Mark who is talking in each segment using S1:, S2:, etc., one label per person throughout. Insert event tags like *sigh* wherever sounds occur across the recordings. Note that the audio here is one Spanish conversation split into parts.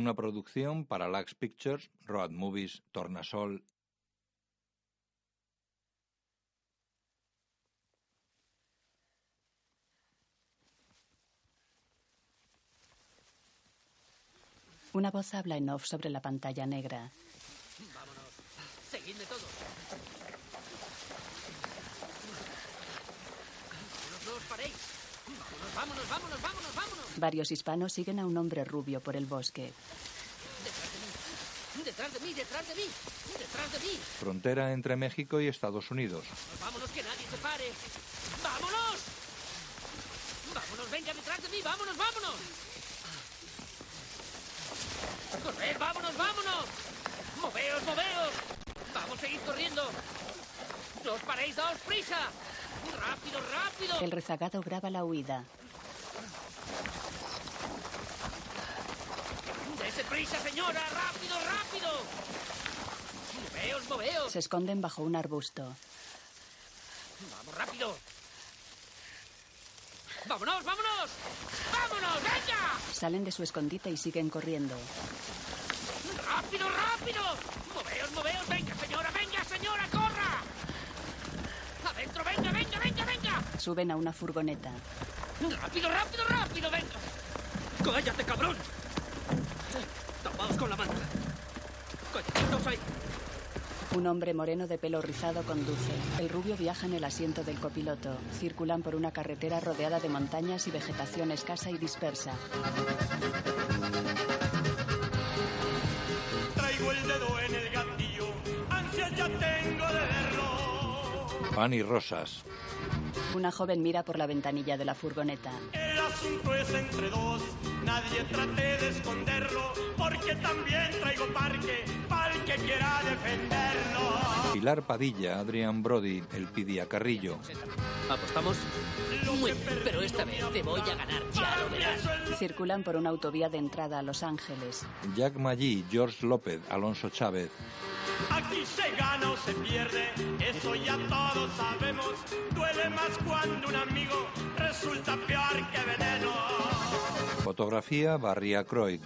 S1: Una producción para Lux Pictures, Road Movies, Tornasol
S2: Una voz habla en off sobre la pantalla negra.
S3: Vámonos. Seguidme todos. Vámonos, no os paréis. Vámonos, vámonos, vámonos, vámonos, vámonos.
S2: Varios hispanos siguen a un hombre rubio por el bosque.
S3: Detrás de mí. Detrás de mí, detrás de mí. Detrás de mí.
S1: frontera entre México y Estados Unidos.
S3: Vámonos, vámonos, que nadie se pare. ¡Vámonos! ¡Vámonos, venga detrás de mí! ¡Vámonos, vámonos! ¡Corred, vámonos, vámonos! ¡Moveos, moveos! ¡Vamos, seguid corriendo! ¡No os paréis, daos prisa! ¡Rápido, rápido!
S2: El rezagado graba la huida.
S3: ¡Dese prisa, señora! ¡Rápido, rápido! ¡Moveos, moveos!
S2: Se esconden bajo un arbusto.
S3: ¡Vamos, rápido! ¡Vámonos, vámonos! ¡Vámonos, venga!
S2: Salen de su escondite y siguen corriendo.
S3: ¡Rápido, rápido! ¡Moveos, moveos! ¡Venga, señora, venga, señora, corra! ¡Adentro, venga, venga, venga, venga!
S2: Suben a una furgoneta.
S3: ¡Rápido, rápido, rápido! ¡Venga! ¡Cállate, cabrón! ¡Tapaos con la manta! ¡Cállate, ahí!
S2: Un hombre moreno de pelo rizado conduce. El rubio viaja en el asiento del copiloto. Circulan por una carretera rodeada de montañas y vegetación escasa y dispersa.
S4: Traigo el dedo en el gatillo, ansias ya tengo de verlo.
S1: Pan y rosas.
S2: Una joven mira por la ventanilla de la furgoneta.
S4: El asunto es entre dos, nadie trate de esconderlo, porque también traigo parque, para que quiera defenderlo.
S1: Pilar Padilla, Adrián Brody, El Pidia Carrillo.
S3: ¿Apostamos? Muy bien, pero esta vez te voy a ganar, ya lo verás.
S2: Circulan por una autovía de entrada a Los Ángeles.
S1: Jack Maggi, George López, Alonso Chávez.
S4: Aquí se gana o se pierde, eso ya todos sabemos. Duele más cuando un amigo resulta peor que veneno.
S1: Fotografía, Barria Croix.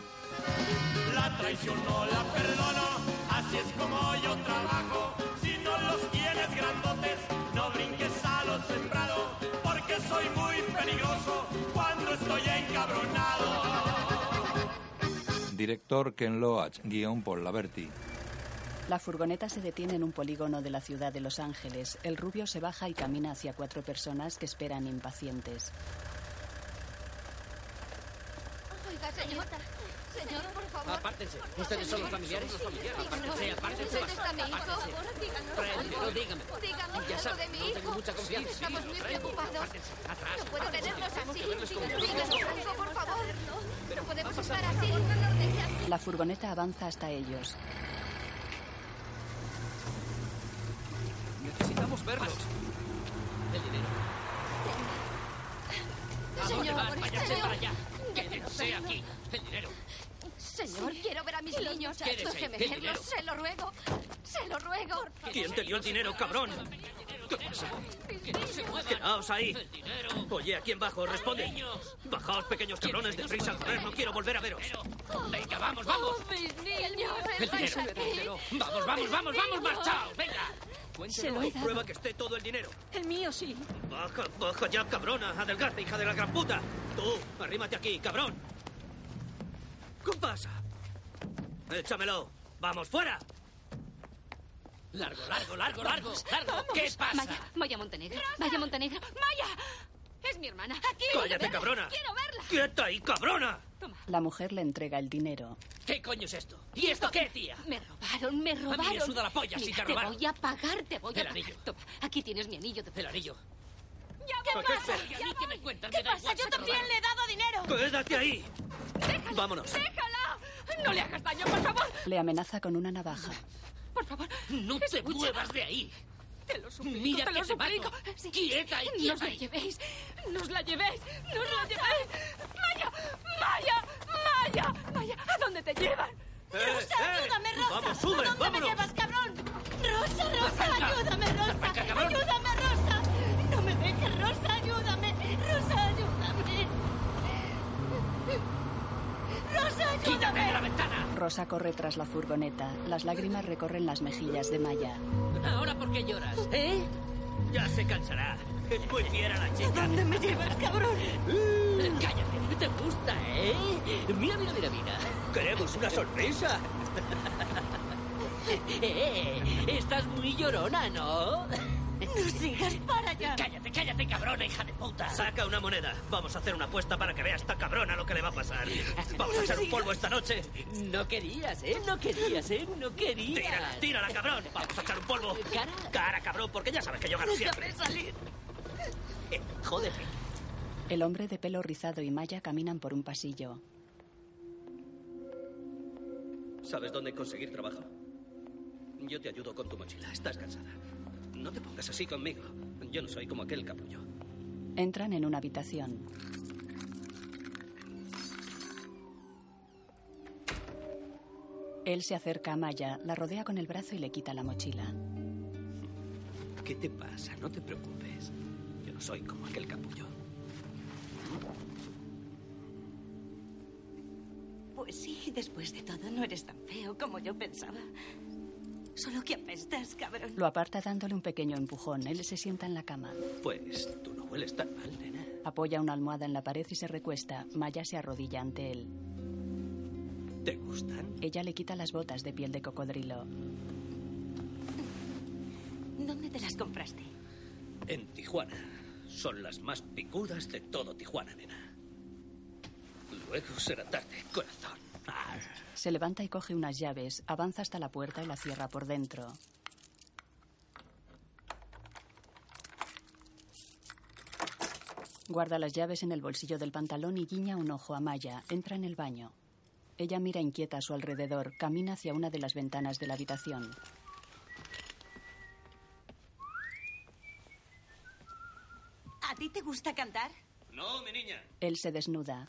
S4: La traición no la perdono, así es como yo trabajo. Si no los tienes grandotes, no brinques a los sembrados, porque soy muy peligroso cuando estoy encabronado.
S1: Director Ken Loach, guión por Laverti.
S2: La furgoneta se detiene en un polígono de la ciudad de Los Ángeles. El rubio se baja y camina hacia cuatro personas que esperan impacientes.
S5: Oiga, señorita. Señor, por favor.
S3: Apártense. Ustedes son los familiares. Los familiares. Apártense, apártense.
S5: ¿Dónde está mi hijo? Este Por
S3: Apártense.
S5: favor, díganos
S3: Tráemelo,
S5: algo.
S3: dígame.
S5: Díganos
S3: Ya
S5: algo de
S3: sabes,
S5: mi
S3: no
S5: hijo.
S3: tengo mucha confianza.
S5: Estamos
S3: Sí,
S5: muy
S3: lo traigo.
S5: preocupados.
S3: Apártense. Atrás.
S5: No puedo tenerlos así.
S3: verlos como
S5: Díganos algo, por favor. No podemos estar así.
S2: La furgoneta avanza hasta ellos.
S3: Necesitamos verlos. El dinero. ¿A dónde
S5: Señor,
S3: van? Váyanse
S5: señor.
S3: para allá.
S5: Ya
S3: Quédense
S5: quiero
S3: aquí. El dinero.
S5: Señor, quiero ver a mis niños.
S3: muchachos.
S5: Déjeme
S3: Quédese ahí,
S5: verlos. Se lo ruego. Se lo ruego.
S6: ¿Quién te dio el dinero, cabrón? ¿Qué pasa?
S3: Que no se muevan.
S6: Quedaos ahí.
S3: El dinero.
S6: Oye, aquí en bajo, responde.
S3: Niños.
S6: Bajaos, pequeños cabrones, deprisa, joder, no quiero volver a veros.
S3: Venga, vamos, vamos.
S7: Oh,
S5: Mis niños.
S3: El dinero.
S5: estáis
S3: El
S5: aquí.
S3: dinero. Vamos, vamos, vamos, vamos, marchaos. Venga.
S7: Se lo he dado.
S6: Prueba que esté todo el dinero.
S7: El mío sí.
S6: Baja, baja ya, cabrona, adelgaza, hija de la gran puta. Tú, arrímate aquí, cabrón. ¿Qué pasa? Échamelo. Vamos, fuera.
S3: Largo, largo, largo, largo. Largo. ¿Qué
S7: Maya,
S3: pasa?
S7: Maya Montenegro. Maya Montenegro. Maya. Es mi hermana. Aquí.
S6: Cállate, cabrona.
S7: Quiero verla.
S6: Quieta ahí, cabrona.
S2: La mujer le entrega el dinero.
S3: ¿Qué coño es esto? ¿Y esto qué, tía?
S7: Me robaron, me robaron.
S3: suda la polla si
S7: Mira,
S3: te robaron.
S7: voy a pagar, te voy
S3: El
S7: a pagar.
S3: anillo.
S7: Toma, aquí tienes mi anillo. Te...
S3: El anillo.
S7: ¿Qué
S6: ¿Para qué
S7: pasa?
S6: se-
S3: ¿Y a mí qué me cuentas?
S7: ¿Qué
S3: Me da
S7: pasa?
S3: igual,
S7: Yo
S3: se te
S7: también
S3: robaron.
S7: le he dado dinero.
S3: Pues,
S6: Quédate ahí. Vámonos.
S7: ¡Déjala! No le hagas daño, por favor.
S2: Le amenaza con una navaja.
S7: Por favor.
S3: No te
S7: Escucha.
S3: muevas de ahí.
S7: Te lo suplico,
S3: Mira
S7: te
S3: que
S7: lo
S3: te mato.
S7: suplico. Sí.
S3: Quieta y
S7: Nos
S3: quieta
S7: la
S3: ahí.
S7: llevéis. Nos la llevéis. Nos la llevéis. Maya, Maya, Maya, Maya. ¿A dónde te llevan?
S6: Eh, eh. Vamos, sube, vámonos.
S7: cabrón? Rosa,
S3: franca.
S7: Rosa.
S3: franca, cabrón.
S7: Rosa. No me dejes, Rosa, ayúdame. Rosa, ayúdame. Rosa,
S3: ¡Quítate de la ventana!
S8: ventana!
S2: Rosa corre tras la furgoneta. Las lágrimas recorren las mejillas de Maya.
S8: ¿Ahora por qué lloras?
S9: ¿Eh?
S6: Ya se cansará. Es muy fiera la chica.
S9: ¿Dónde me llevas, cabrón?
S8: Cállate, te gusta, ¿eh? Mira, mira, mira, mira.
S6: Queremos una sorpresa.
S8: *laughs* Eh, estás muy llorona, ¿no?
S9: No sigas para allá.
S8: Cállate, cállate, cabrona, hija de puta.
S6: Saca una moneda. Vamos a hacer una apuesta para que vea esta cabrona lo que le va a pasar. Vamos a echar un polvo esta noche.
S8: No querías, ¿eh? No querías, ¿eh? No querías.
S6: Tírala, tírala, cabrón. Vamos a echar un polvo.
S8: Cara.
S6: Cara, cabrón, porque ya sabes que yo gano siempre. Eh,
S8: salir. Jódete.
S2: El hombre de pelo rizado y Maya caminan por un pasillo.
S6: ¿Sabes dónde conseguir trabajo? Yo te ayudo con tu mochila. Estás cansada. No te pongas así conmigo. Yo no soy como aquel capullo.
S2: Entran en una habitación. Él se acerca a Maya, la rodea con el brazo y le quita la mochila.
S6: ¿Qué te pasa? No te preocupes. Yo no soy como aquel capullo.
S10: Pues sí, después de todo no eres tan feo como yo pensaba. Solo que apestas, cabrón.
S2: Lo aparta dándole un pequeño empujón. Él se sienta en la cama.
S6: Pues tú no hueles tan mal, nena.
S2: Apoya una almohada en la pared y se recuesta. Maya se arrodilla ante él.
S6: ¿Te gustan?
S2: Ella le quita las botas de piel de cocodrilo.
S10: ¿Dónde te las compraste?
S6: En Tijuana. Son las más picudas de todo Tijuana, nena. Luego será tarde, corazón. Arr.
S2: Se levanta y coge unas llaves, avanza hasta la puerta y la cierra por dentro. Guarda las llaves en el bolsillo del pantalón y guiña un ojo a Maya. Entra en el baño. Ella mira inquieta a su alrededor, camina hacia una de las ventanas de la habitación.
S10: ¿A ti te gusta cantar?
S6: No, mi niña.
S2: Él se desnuda.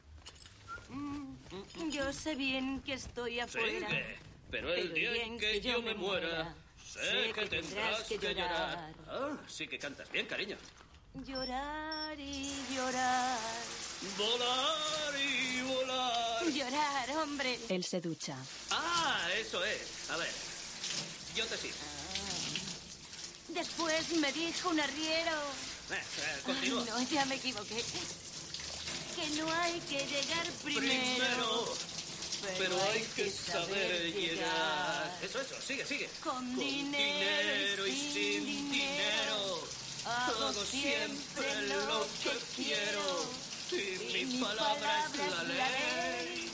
S10: Yo sé bien que estoy afuera.
S6: Sigue. Pero el
S10: Pero
S6: día
S10: bien
S6: en que yo me muera, sé que tendrás que llorar. Ah, sí que cantas bien, cariño.
S10: Llorar y llorar.
S6: Volar y volar.
S10: Llorar, hombre.
S2: Él se ducha.
S6: Ah, eso es. A ver, yo te sigo.
S10: Después me dijo un arriero.
S6: Eh, eh,
S10: Ay,
S6: continúa.
S10: no, ya me equivoqué. Que no hay que llegar primero.
S6: Primero, pero hay que saber llegar. Eso, eso, sigue, sigue.
S10: Con dinero y sin dinero.
S6: Hago siempre lo que quiero. Y mi palabra es la ley.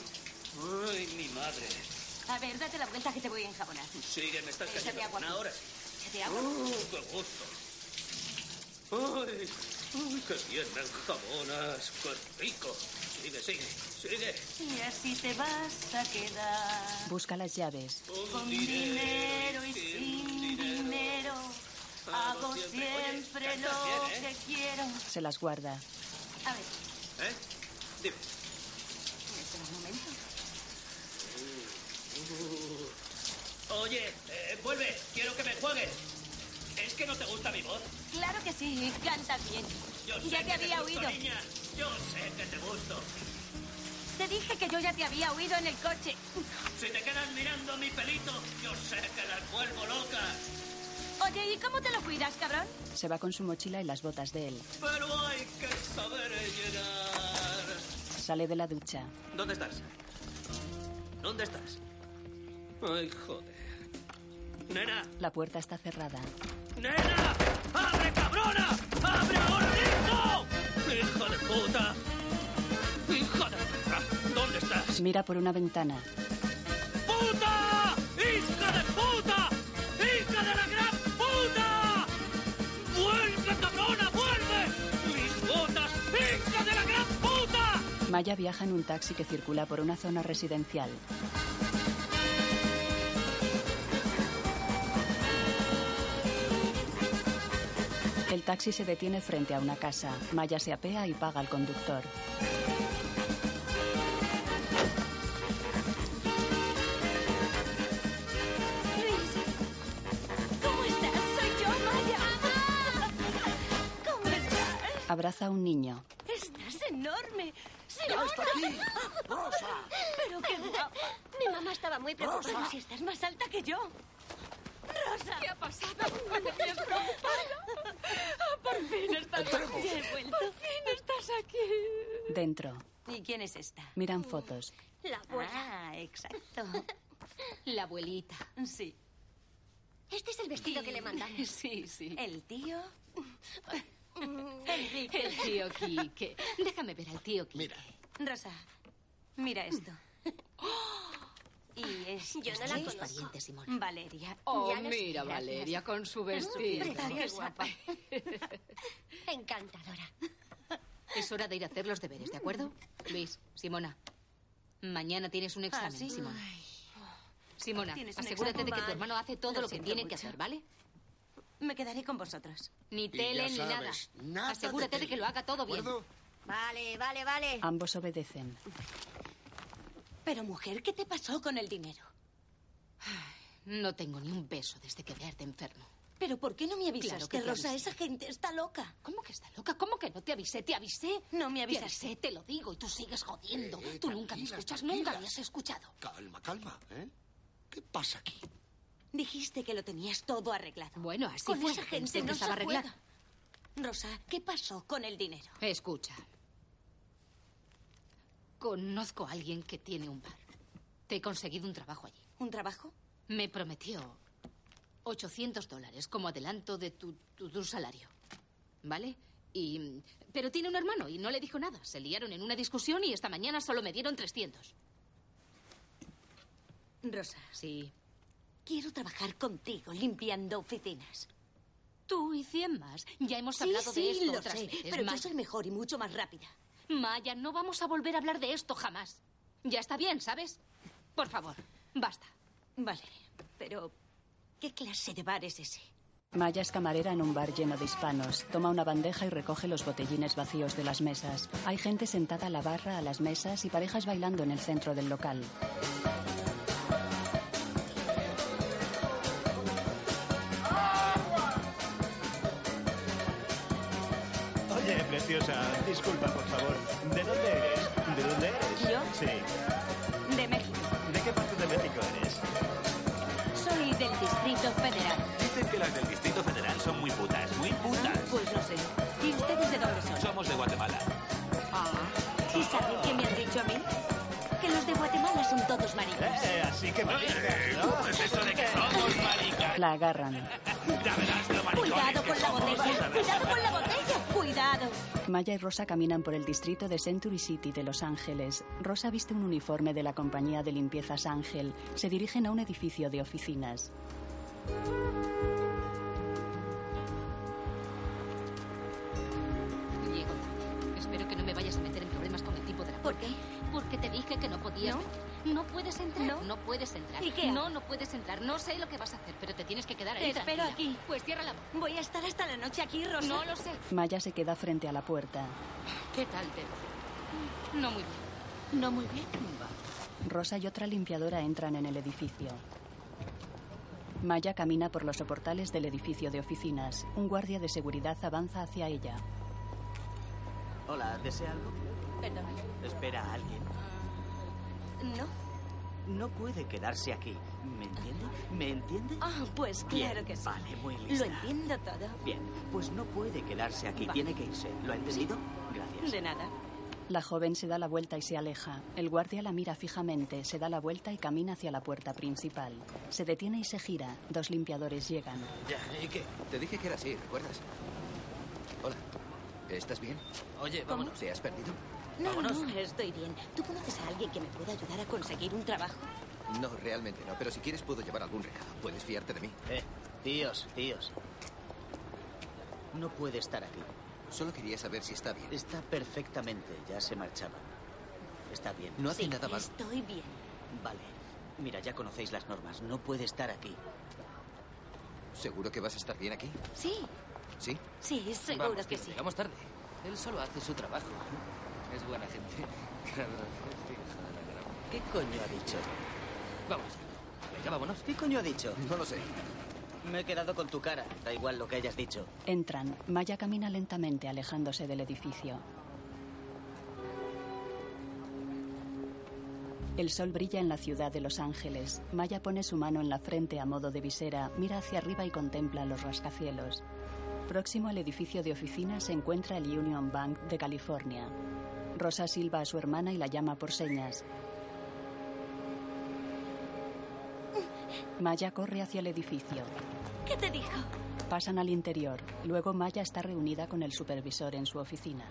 S6: Ay, mi madre.
S10: A ver, date la vuelta que te voy a enjabonar.
S6: Sigue, me estás
S10: Échate agua.
S6: cayendo. Ahora sí.
S10: Échate agua.
S6: ¡Uh, qué gusto! ¡Ay, ay, qué bien me enjabonas! ¡Qué rico! Sigue, sigue, sigue.
S10: Y así te vas a quedar.
S2: Busca las llaves.
S10: Con dinero y sin dinero. Hago siempre
S6: Oye, cantas
S10: lo
S6: bien, ¿eh?
S10: que quiero.
S2: Se las guarda.
S10: A ver,
S6: ¿Eh? Dime.
S10: espera un momento.
S6: Oye, eh, vuelve, quiero que me juegues. ¿Es que no te gusta mi voz?
S10: Claro que sí, canta bien.
S6: Yo sé
S10: ya te
S6: que
S10: había
S6: gusto,
S10: oído.
S6: niña. Yo sé que te gusto.
S10: Te dije que yo ya te había oído en el coche.
S6: Si te quedas mirando mi pelito, yo sé que las vuelvo locas.
S10: Oye, ¿y cómo te lo cuidas, cabrón?
S2: Se va con su mochila y las botas de él.
S6: Pero hay que saber llenar.
S2: Sale de la ducha.
S6: ¿Dónde estás? ¿Dónde estás? Ay, joder. Nena,
S2: La puerta está cerrada.
S6: nena, abre cabrona, abre ahora mismo. Hijo de puta. Hijo de perra. ¿Dónde estás?
S2: Mira por una ventana.
S6: ¡Puta! ¡Hija de puta! ¡Hija de la gran puta! ¡Vuelve, cabrona, vuelve! ¡Mis botas! ¡Hija de la gran puta!
S2: Maya viaja en un taxi que circula por una zona residencial. El taxi se detiene frente a una casa. Maya se apea y paga al conductor.
S10: Luis, ¿cómo estás? Soy yo, Maya. ¡Mamá! ¿Cómo estás?
S2: Abraza a un niño.
S10: Estás enorme. Sí,
S11: ¡Pero
S12: ¡Ya está aquí! ¡Rosa!
S10: Pero qué guapa.
S11: Mi mamá estaba muy preocupada.
S10: Pero si estás más alta que yo. Rosa.
S13: ¿Qué ha pasado? No tenías preocupada. Ah, por fin estás
S12: Entremos.
S13: aquí.
S10: Ya he vuelto.
S13: Por fin estás aquí.
S2: Dentro.
S10: ¿Y quién es esta?
S2: Miran fotos.
S11: La abuela.
S10: Ah, *laughs* exacto.
S13: La abuelita.
S10: Sí.
S11: Este es el vestido que le mandamos.
S13: Sí, sí.
S10: El tío.
S13: El tío Quique. Déjame ver al tío Quique.
S12: Mira.
S10: Rosa, mira esto. Y es
S11: Yo no la conozco.
S10: Valeria.
S13: Oh,
S11: Ya lo sé,
S13: mira,
S11: gracias.
S13: Valeria con su
S7: Ah,
S13: vestido.
S10: Qué guapa.
S11: Encantadora.
S13: Es hora de ir a hacer los deberes, ¿de acuerdo? Luis, Simona. Mañana tienes un examen,
S10: Ah, ¿sí?
S13: Simona. Simona,
S10: Tienes un
S13: asegúrate
S10: examen.
S13: de que tu
S10: Vale.
S13: hermano hace todo
S10: Lo
S13: lo, que
S10: siento
S13: tiene que
S10: mucho.
S13: hacer, ¿vale?
S10: Me quedaré con vosotros.
S13: Ni
S12: ya
S13: tele ni nada.
S12: sabes, nada de
S13: Asegúrate de,
S12: tele,
S13: que lo haga todo
S12: ¿De
S13: bien.
S12: acuerdo?
S11: Vale, vale, vale.
S2: Ambos obedecen.
S10: Pero, mujer, ¿qué te pasó con el dinero?
S13: No tengo ni un beso desde que verte enfermo.
S10: ¿Pero por qué no me
S13: Claro
S10: avisaste,
S13: que te
S10: Rosa?
S13: avisé.
S10: Esa gente está loca.
S13: ¿Cómo que está loca? ¿Cómo que no te avisé? ¿Te avisé?
S10: No me
S13: Te
S10: avisaste.
S13: avisé, te lo digo, y tú sigues jodiendo.
S12: Eh,
S13: tú nunca me
S12: tranquila,
S13: escuchas,
S12: tranquila.
S13: nunca me has escuchado.
S12: Calma, calma, ¿eh? ¿Qué pasa aquí?
S10: Dijiste que lo tenías todo arreglado.
S13: Bueno, así
S10: con
S13: fue.
S10: esa
S13: Pensé
S10: gente
S13: que
S10: no
S13: estaba
S10: se
S13: arreglada.
S10: puede. Rosa, ¿qué pasó con el dinero?
S13: Escucha. Conozco a alguien que tiene un bar. Te he conseguido un trabajo allí.
S10: ¿Un trabajo?
S13: Me prometió 800 dólares como adelanto de tu, tu- tu salario. ¿Vale? Y, pero tiene un hermano y no le dijo nada. Se liaron en una discusión y esta mañana solo me dieron 300.
S10: Rosa,
S13: Sí.
S10: quiero trabajar contigo limpiando oficinas.
S13: Tú y 100 más. Ya hemos
S10: Sí,
S13: hablado
S10: sí,
S13: de esto
S10: lo
S13: otras
S10: sé,
S13: veces.
S10: pero yo
S13: Maya.
S10: soy mejor y mucho más rápida.
S13: Maya, no vamos a volver a hablar de esto jamás. Ya está bien, ¿sabes? Por favor, basta.
S10: Vale, pero ¿qué clase de bar es ese?
S2: Maya es camarera en un bar lleno de hispanos. Toma una bandeja y recoge los botellines vacíos de las mesas. Hay gente sentada a la barra, a las mesas y parejas bailando en el centro del local.
S14: Oye, preciosa, disculpa, por favor. ¿De dónde eres? ¿De dónde eres?
S10: ¿Yo?
S14: Sí.
S10: De México.
S14: ¿De qué parte de México eres?
S10: Soy del Distrito Federal.
S8: Dicen que las del Distrito Federal son muy putas, muy putas.
S10: Pues no sé. ¿Y ustedes de dónde son?
S8: Somos de Guatemala.
S10: Ah, ¿y saben qué me han dicho a mí? Que los de Guatemala son todos maridos.
S14: Eh, así que...
S8: Eh, ¿Cómo es eso de que somos maricas?
S2: La agarran.
S8: Ya verás lo maricones
S10: Cuidado
S8: que
S10: con la
S8: somos, vas a
S10: botella.
S8: ver.
S10: Cuidado con la botella. Cuidado.
S2: Maya y Rosa caminan por el distrito de Century City de Los Ángeles. Rosa viste un uniforme de la compañía de limpiezas Ángel. Se dirigen a un edificio de oficinas.
S13: Llego tarde. Espero que no me vayas a meter en problemas con el tipo de la
S10: ¿Por qué?
S13: Porque te dije que no podías.
S10: ¿No?
S13: venir. no puedes entrar.
S10: ¿No?
S13: puedes entrar.
S10: ¿Y qué
S13: No, no puedes entrar. No sé lo que vas a hacer, pero te tienes que quedar ahí.
S10: Te espero
S13: tranquila.
S10: aquí.
S13: Pues cierra la.
S10: Voy a estar hasta la noche aquí, Rosa.
S13: No lo sé.
S2: Maya se queda frente a la puerta.
S13: ¿Qué tal te va? No muy bien.
S10: No muy bien.
S2: Rosa y otra limpiadora entran en el edificio. Maya camina por los soportales del edificio de oficinas. Un guardia de seguridad avanza hacia ella.
S12: Hola, ¿desea algo?
S10: Perdón.
S12: Espera a alguien.
S10: ¿No?
S12: No puede quedarse aquí. ¿Me entiende? ¿Me entiende?
S10: Ah, pues claro
S12: Bien,
S10: que sí.
S12: Vale, muy
S10: Lo
S12: lista.
S10: entiendo todo.
S12: Bien, pues no puede quedarse aquí.
S10: Vale.
S12: Tiene que irse. ¿Lo ha entendido? Gracias.
S10: De nada.
S2: La joven se da la vuelta y se aleja. El guardia la mira fijamente, se da la vuelta y camina hacia la puerta principal. Se detiene y se gira. Dos limpiadores llegan.
S8: Ya, ¿y qué?
S14: Te dije que era así, ¿recuerdas? Hola. ¿Estás bien?
S8: Oye, vámonos.
S14: ¿Te has perdido?
S10: No,
S8: Vámonos.
S10: no, estoy bien. ¿Tú conoces a alguien que me pueda ayudar a conseguir un trabajo?
S14: No, realmente no, pero si quieres puedo llevar algún regalo. Puedes fiarte de mí.
S12: Eh, tíos, tíos. No puede estar aquí.
S14: Solo quería saber si está bien.
S12: Está perfectamente. Ya se marchaba. Está bien.
S14: No hace
S10: sí,
S14: nada malo.
S10: estoy bien.
S12: Vale. Mira, ya conocéis las normas. No puede estar aquí.
S14: ¿Seguro que vas a estar bien aquí?
S10: Sí,
S14: ¿Sí?
S10: sí, seguro
S8: Vamos,
S10: que
S8: tío,
S10: sí.
S8: Llegamos tarde. Él solo hace su trabajo. Es buena gente. *laughs*
S12: ¿Qué coño ha dicho?
S8: Vamos. Venga, vámonos.
S12: ¿Qué coño ha dicho?
S14: No lo sé.
S12: Me he quedado con tu cara. Da igual lo que hayas dicho.
S2: Entran. Maya camina lentamente alejándose del edificio. El sol brilla en la ciudad de Los Ángeles. Maya pone su mano en la frente a modo de visera, mira hacia arriba y contempla los rascacielos. Próximo al edificio de oficinas se encuentra el Union Bank de California. Rosa silba a su hermana y la llama por señas. Maya corre hacia el edificio.
S10: ¿Qué te dijo?
S2: Pasan al interior. Luego Maya está reunida con el supervisor en su oficina.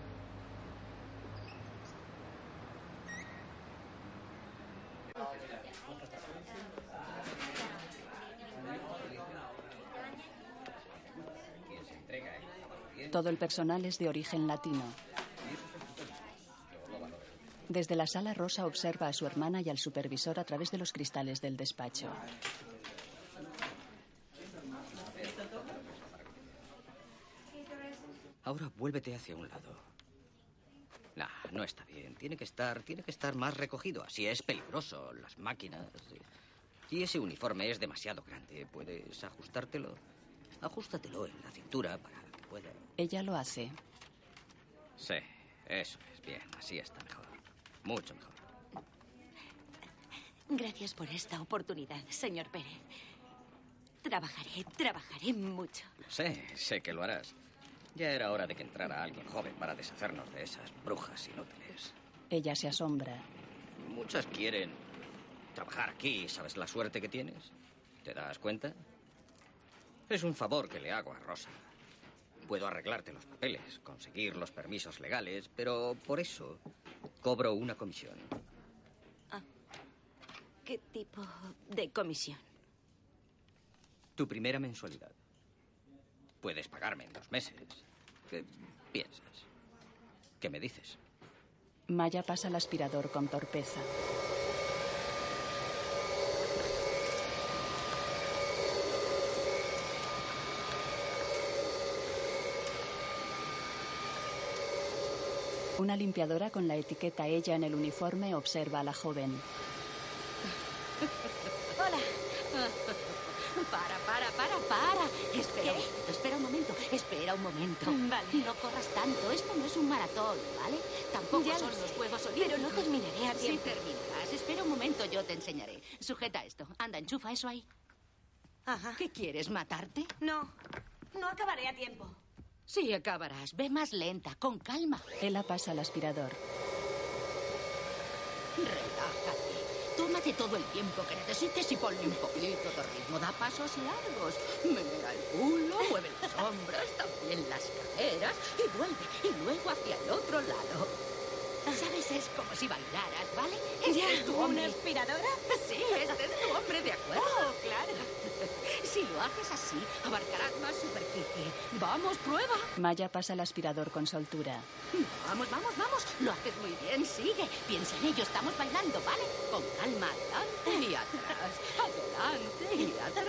S2: Todo el personal es de origen latino. Desde la sala Rosa observa a su hermana y al supervisor a través de los cristales del despacho.
S12: Ahora vuélvete hacia un lado. Nah, no está bien. Tiene que estar, tiene que estar más recogido. Así es peligroso. Las máquinas. Y ese uniforme es demasiado grande. ¿Puedes ajustártelo? Ajústatelo en la cintura para que pueda.
S2: Ella lo hace.
S12: Sí, eso es bien. Así está mejor. Mucho mejor.
S10: Gracias por esta oportunidad, señor Pérez. Trabajaré, trabajaré mucho.
S12: Sé, sé que lo harás. Ya era hora de que entrara alguien joven para deshacernos de esas brujas inútiles.
S2: Ella se asombra.
S12: Muchas quieren trabajar aquí. ¿Sabes la suerte que tienes? ¿Te das cuenta? Es un favor que le hago a Rosa. Puedo arreglarte los papeles, conseguir los permisos legales, pero por eso cobro una comisión.
S10: ¿Qué tipo de comisión?
S12: Tu primera mensualidad. Puedes pagarme en dos meses. ¿Qué piensas? ¿Qué me dices?
S2: Maya pasa el aspirador con torpeza. Una limpiadora con la etiqueta ella en el uniforme observa a la joven.
S10: Hola. Para, para, para, para. Espera, un momento, espera un momento, espera un momento. Vale. No corras tanto, esto no es un maratón, ¿vale? Tampoco
S13: Ya lo
S10: son
S13: sé,
S10: los Juegos
S13: pero
S10: Olímpicos.
S13: no terminaré a tiempo.
S10: Sí terminarás. Espera un momento, yo te enseñaré. Sujeta esto. Anda, enchufa eso ahí. Ajá. ¿Qué quieres, matarte? No, no acabaré a tiempo. Sí, acabarás. Ve más lenta, con calma.
S2: Ella pasa el aspirador.
S13: Relájate. Tómate todo el tiempo que necesites y ponle un poquito de ritmo. Da pasos largos. Menea el culo, mueve los hombros, también las caderas y vuelve. Y luego hacia el otro lado. ¿Sabes? Es como si bailaras, ¿vale? Este
S10: Ya,
S13: es tu
S10: ¿una
S13: hombre.
S10: aspiradora?
S13: *laughs* Sí, este es tu hombre, ¿de acuerdo? *laughs*
S10: Oh,
S13: claro. Si lo haces así, abarcarás más superficie. Vamos, prueba.
S2: Maya pasa el aspirador con soltura.
S13: Vamos, vamos, vamos. Lo haces muy bien, sigue. Piensa en ello, estamos bailando, ¿vale? Con calma, adelante y atrás. Adelante y atrás.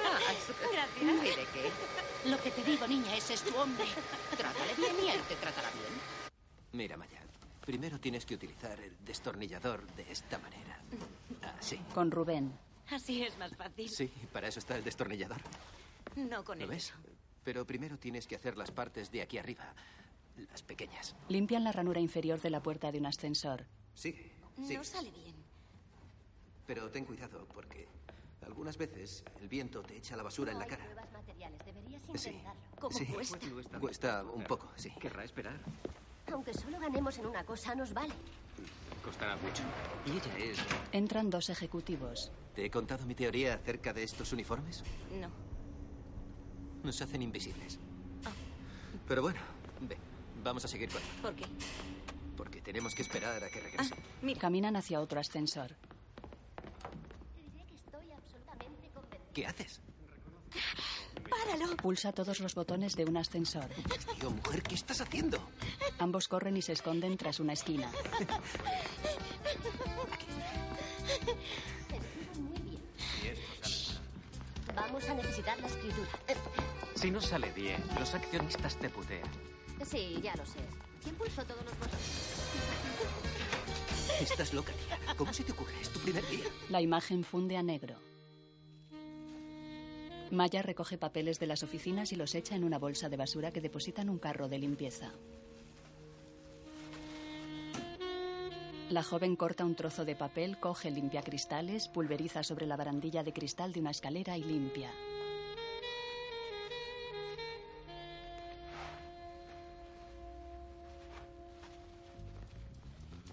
S13: Gracias. Ni de qué. Lo que te digo, niña, ese es tu hombre. Trátale bien y él te tratará bien.
S14: Mira, Maya, primero tienes que utilizar el destornillador de esta manera. Así.
S2: Con Rubén.
S10: Así es más fácil.
S14: Sí, para eso está el destornillador.
S10: No con
S14: ¿Lo
S10: el
S14: ves? Pero primero tienes que hacer las partes de aquí arriba, las pequeñas.
S2: Limpian la ranura inferior de la puerta de un ascensor.
S14: Sigue, sigue.
S10: sale bien.
S14: Pero ten cuidado porque algunas veces el viento te echa la basura en la cara.
S11: materiales, deberías
S14: Sí.
S11: intentarlo. Como
S14: Sí.
S11: cuesta.
S14: Cuesta un poco, sí. ¿Querrá esperar?
S11: Aunque solo ganemos en una cosa, nos vale.
S14: Costará mucho. ¿Y ella es?
S2: Entran dos ejecutivos.
S14: ¿Te he contado mi teoría acerca de estos uniformes?
S10: No.
S14: Nos hacen invisibles.
S10: Ah.
S14: Pero bueno, ve, vamos a seguir con él.
S10: ¿Por qué? Ah.
S14: Porque tenemos que esperar a que regrese.
S2: Caminan hacia otro ascensor.
S14: ¿Qué haces?
S10: ¡Páralo!
S2: Pulsa todos los botones de un ascensor.
S14: Tío, mujer, ¿qué estás haciendo?
S2: Ambos corren y se esconden tras
S14: *laughs*
S2: una esquina.
S11: Vamos a necesitar la escritura.
S8: Si no sale bien, los accionistas te putean.
S11: Sí, ya lo sé. ¿Quién pulsó todos los botones?
S14: Estás loca, tía. ¿Cómo se te ocurre? Es tu primer día.
S2: La imagen funde a negro. Maya recoge papeles de las oficinas y los echa en una bolsa de basura que deposita en un carro de limpieza. La joven corta un trozo de papel, coge limpiacristales, pulveriza sobre la barandilla de cristal de una escalera y limpia.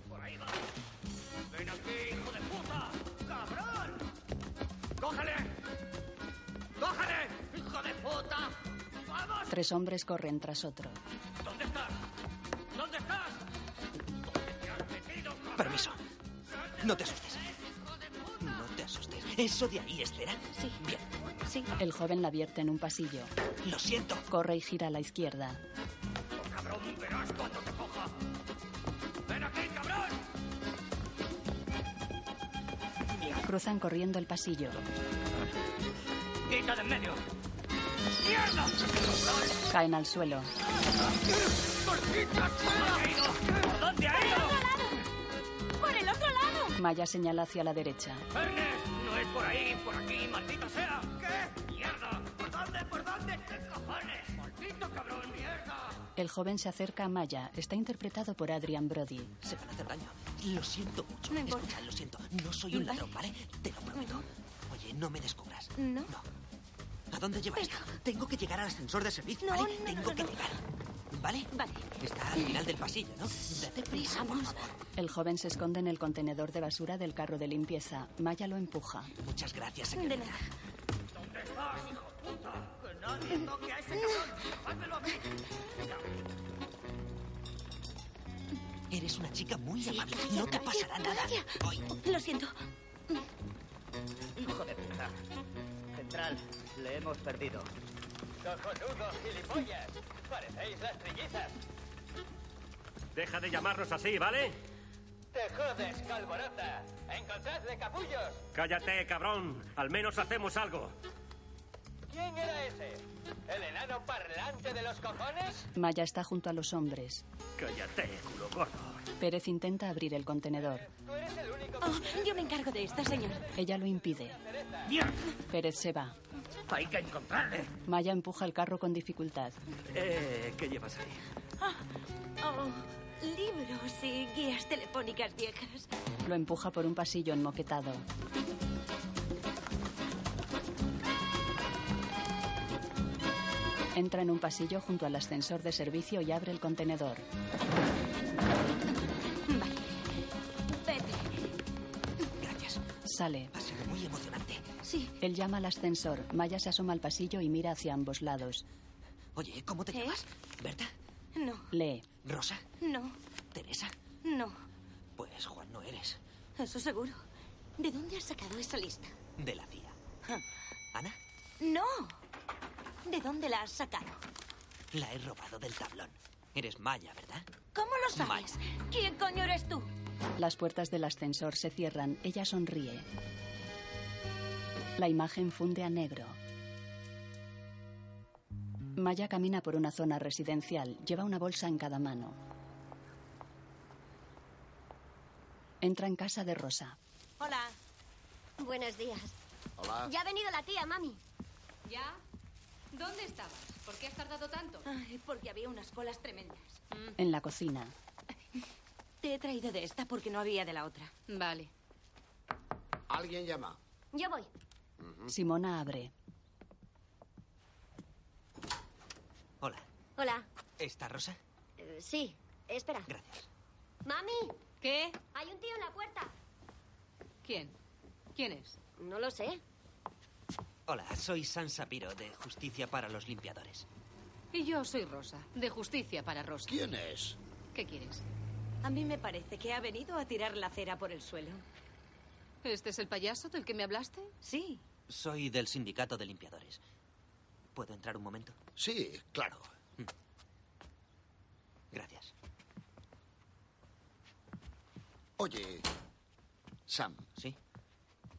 S6: Por ahí va. ¡Ven aquí, hijo de puta! ¡Cabrón! ¡Cógele! ¡Cógele! ¡Hijo de puta! ¡Vamos!
S2: Tres hombres corren tras otro.
S6: ¿Dónde estás? ¿Dónde estás?
S15: Permiso. No te asustes. No te asustes. Eso de ahí, Estela. Sí. Bien.
S2: El joven la vierte en un pasillo.
S15: Lo siento.
S2: Corre y gira a la izquierda.
S6: Oh, ¡Cabrón! ¡Verás cuando te coja! ¡Ven aquí, cabrón!
S2: Cruzan corriendo el pasillo.
S6: ¡Quita de en medio! ¡Mierda!
S2: Caen al suelo.
S6: ¡Cortita! ¿Dónde ha ido? ¿Dónde ha ido?
S10: ¡Por el otro lado!
S2: Maya señala hacia la derecha.
S6: ¡Ernest! ¡No es por ahí! ¡Por aquí! ¡Maldita sea! ¿Qué? ¡Mierda! ¿Por dónde? ¿Por dónde? ¿Qué cojones? ¡Maldito cabrón! ¡Mierda!
S2: El joven se acerca a Maya. Está interpretado por Adrian Brody.
S15: Se van a hacer daño. Lo siento mucho. Escucha, lo siento. No soy un ladrón, ¿vale? Te lo prometo. Oye, no me descubras.
S10: No.
S15: ¿A dónde lleváis? Tengo que llegar al ascensor de servicio, ¿vale? Tengo que llegar. ¿Vale? Vale. Está al final del pasillo, ¿no? Date prisa, por favor.
S2: El joven se esconde en el contenedor de basura del carro de limpieza. Maya lo empuja.
S15: Muchas gracias, señorita.
S6: ¡Que nadie toque a ese cabrón! ¡Házmelo a mí!
S15: Eres una chica muy amable. no te pasará nada.
S10: Lo siento.
S12: Hijo de puta. Central, le hemos perdido.
S4: ¡Cojonudos gilipollas! ¡Parecéis las trillizas!
S8: Deja de llamarnos así, ¿vale?
S4: ¡Te jodes, calborota! ¡Encontradle, capullos!
S8: Cállate, cabrón. Al menos hacemos algo.
S4: ¿Quién era ese? ¿El enano parlante de los cojones?
S2: Maya está junto a los hombres.
S8: Cállate, culo gordo.
S2: Pérez intenta abrir el contenedor.
S10: Oh, yo me encargo de esto, señor.
S2: Ella lo impide. Pérez se va.
S16: Hay que encontrarle.
S2: Maya empuja el carro con dificultad.
S16: Eh, ¿Qué llevas ahí?
S10: Ah, oh, libros y guías telefónicas viejas.
S2: Lo empuja por un pasillo enmoquetado. Entra en un pasillo junto al ascensor de servicio y abre el contenedor. Sale.
S15: Ha sido muy emocionante.
S10: Sí.
S2: Él llama al ascensor. Maya se asoma al pasillo y mira hacia ambos lados.
S15: Oye, ¿cómo te llamas? ¿Berta?
S10: No,
S2: Lee.
S15: ¿Rosa?
S10: no,
S15: ¿Teresa?
S10: no.
S15: Pues Juan no eres.
S10: Eso seguro. ¿De dónde has sacado esa lista?
S15: De la CIA. ¿Ana?
S10: No. ¿De dónde la has sacado?
S15: La he robado del tablón. Eres Maya, ¿verdad?
S10: ¿Cómo lo sabes? ¿Quién coño eres tú?
S2: Las puertas del ascensor se cierran. Ella sonríe. La imagen funde a negro. Maya camina por una zona residencial. Lleva una bolsa en cada mano. Entra en casa de Rosa.
S10: Hola. Buenos días.
S2: Ah.
S11: Hola.
S10: Ya ha venido la tía, mami.
S13: ¿Ya? ¿Dónde estabas? ¿Por qué has tardado tanto?
S10: Ay, porque había unas colas tremendas.
S2: En la cocina.
S10: Te he traído de esta porque no había de la otra.
S13: Vale.
S11: Alguien llama.
S10: Yo voy.
S2: Simona abre.
S10: Hola.
S15: ¿Está Rosa?
S10: Eh, sí. Espera.
S15: Gracias.
S10: Mami.
S13: ¿Qué?
S10: Hay un tío en la puerta.
S13: ¿Quién? ¿Quién es?
S10: No lo sé.
S15: Hola, soy San Sapiro, de Justicia para los Limpiadores.
S13: Y yo soy Rosa, de Justicia para Rosa.
S11: ¿Quién es?
S13: ¿Qué quieres?
S10: A mí me parece que ha venido a tirar la cera por el suelo.
S13: ¿Este es el payaso del que me hablaste?
S10: Sí.
S15: Soy del Sindicato de Limpiadores. ¿Puedo entrar un momento? Mm.
S11: Sí, claro.
S15: Gracias.
S11: Oye, Sam.
S15: ¿Sí?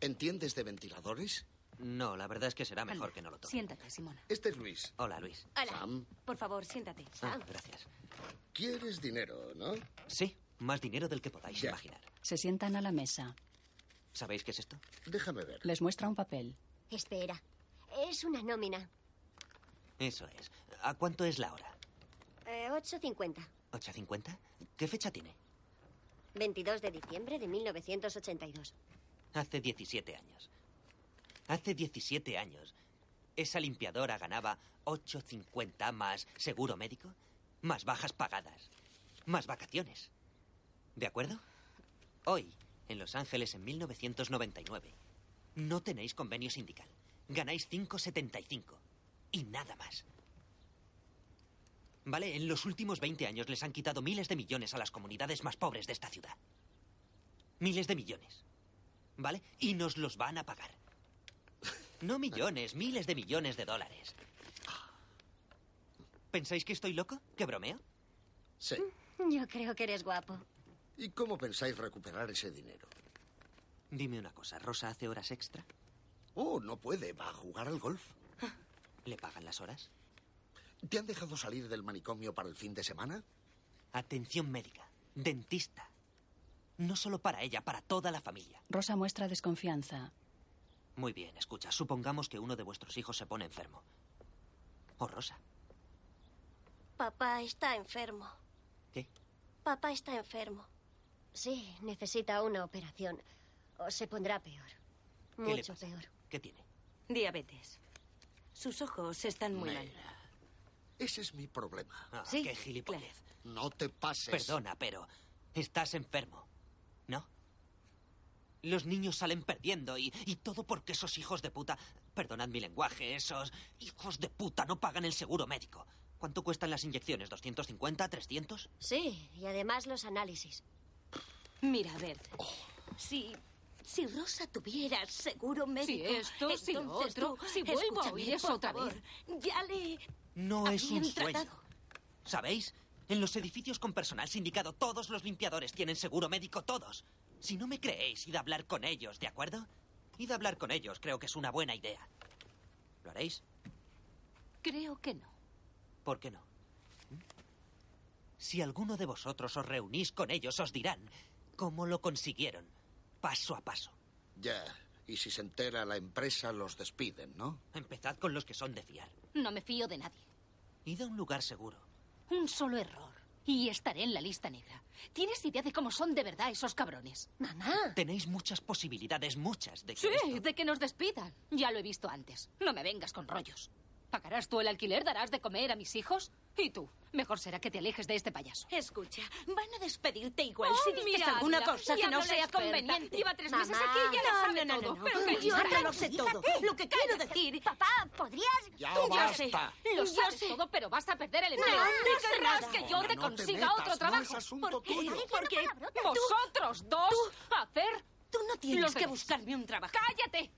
S11: ¿Entiendes de ventiladores?
S15: No, la verdad es que será mejor que no lo toque.
S10: Siéntate, Simona.
S11: Este es Luis.
S15: Hola, Luis.
S10: Hola.
S11: Sam.
S10: Por favor, siéntate.
S15: Ah, gracias.
S11: Quieres dinero, ¿no?
S15: Sí, más dinero del que podáis imaginar.
S2: Se sientan a la mesa.
S15: ¿Sabéis qué es esto?
S11: Déjame ver.
S2: Les muestra un papel.
S10: Espera. Es una nómina.
S15: Eso es. ¿A cuánto es la hora?
S10: Eh, 8.50.
S15: ¿8.50? ¿Qué fecha tiene?
S7: 22 de diciembre de 1982.
S15: Hace 17 años. Hace 17 años. Esa limpiadora ganaba 8.50 más seguro médico, más bajas pagadas, más vacaciones. ¿De acuerdo? Hoy, en Los Ángeles, en 1999, no tenéis convenio sindical. Ganáis 5.75 y nada más. Vale, en los últimos 20 años les han quitado miles de millones a las comunidades más pobres de esta ciudad. Miles de millones. ¿Vale? Y nos los van a pagar. No millones, miles de millones de dólares. ¿Pensáis que estoy loco? ¿Que bromeo?
S11: Sí.
S7: Yo creo que eres guapo.
S11: ¿Y cómo pensáis recuperar ese dinero?
S15: Dime una cosa, ¿Rosa hace horas extra?
S11: Oh, no puede. Va a jugar al golf.
S15: ¿Le pagan las horas?
S11: ¿Te han dejado salir del manicomio para el fin de semana?
S15: Atención médica, dentista. No solo para ella, para toda la familia.
S2: Rosa muestra desconfianza.
S15: Muy bien, escucha, supongamos que uno de vuestros hijos se pone enfermo. O Rosa.
S7: Papá está enfermo.
S15: ¿Qué?
S7: Papá está enfermo. Sí, necesita una operación. O se pondrá peor.
S15: ¿Qué le
S7: Mucho
S15: pasa?
S7: peor.
S15: ¿Qué tiene?
S8: Diabetes. Sus ojos están muy mal.
S11: Ese es mi problema.
S15: Ah,
S8: Sí,
S15: qué gilipollez.
S11: No te pases.
S15: Perdona, pero estás enfermo, ¿no? Los niños salen perdiendo y, y todo porque esos hijos de puta... Perdonad mi lenguaje, esos hijos de puta no pagan el seguro médico. ¿Cuánto cuestan las inyecciones? ¿250? ¿300?
S7: Sí, y además los análisis. Oh.
S8: Mira, Bert.
S7: Si, si Rosa tuviera seguro médico...
S13: esto, si lo
S7: entonces
S13: otro,
S7: tú-
S13: si vuelvo a
S7: escúchame,
S13: oír eso
S7: por
S13: otra
S7: favor, Ya le...
S15: No es un
S7: habían
S15: sueño.
S7: tratado.
S15: ¿Sabéis? En los edificios con personal sindicado todos los limpiadores tienen seguro médico, todos. Si no me creéis, id a hablar con ellos, ¿de acuerdo? Id a hablar con ellos, creo que es una buena idea. ¿Lo haréis?
S13: Creo que no.
S15: ¿Por qué no? ¿Mm? Si alguno de vosotros os reunís con ellos, os dirán cómo lo consiguieron, paso a paso.
S11: Ya. Y si se entera la empresa, los despiden, ¿no?
S15: Empezad con los que son de fiar.
S13: No me fío de nadie.
S15: Id a un lugar seguro.
S13: Un solo error. Y estaré en la lista negra. ¿Tienes idea de cómo son de verdad esos cabrones? Mamá.
S15: Tenéis muchas posibilidades, muchas, de que
S13: Sí,
S15: esto-
S13: de que nos despidan. Ya lo he visto antes. No me vengas con rollos. ¿Pagarás tú el alquiler? ¿Darás de comer a mis hijos? ¿Y tú? Mejor será que te alejes de este payaso.
S8: Escucha, van a despedirte igual
S13: Oh,
S8: si dices
S13: mira,
S8: alguna
S13: mira,
S8: cosa que
S13: ya
S8: no
S13: habla la
S8: sea
S13: experta.
S8: conveniente.
S13: Lleva tres meses
S8: Mamá.
S13: aquí y ya lo
S8: no, no,
S13: sabe
S8: no,
S13: todo.
S8: No,
S13: Pero
S8: no,
S13: que
S8: Yo
S13: está-
S8: no lo sé todo.
S13: Tranquilízate.
S8: Lo que quiero decir...
S7: Papá, ¿podrías...?
S11: Ya
S8: Yo
S11: basta.
S8: sé. Yo
S13: Lo sabes
S8: sé.
S13: todo, pero vas a perder el
S8: No,
S13: empleo.
S8: no sé
S13: querrás
S8: nada.
S13: que
S8: No,
S13: yo
S8: no
S13: te
S8: te
S13: consiga
S8: metas, no
S13: otro
S8: es
S13: trabajo.
S8: asunto
S13: ¿Por qué?
S8: tuyo.
S13: Porque
S8: palabrotas. Tú-
S13: vosotros dos hacer...
S8: Tú no tienes
S13: los
S8: que
S13: deberes.
S8: buscarme un trabajo.
S13: ¡Cállate!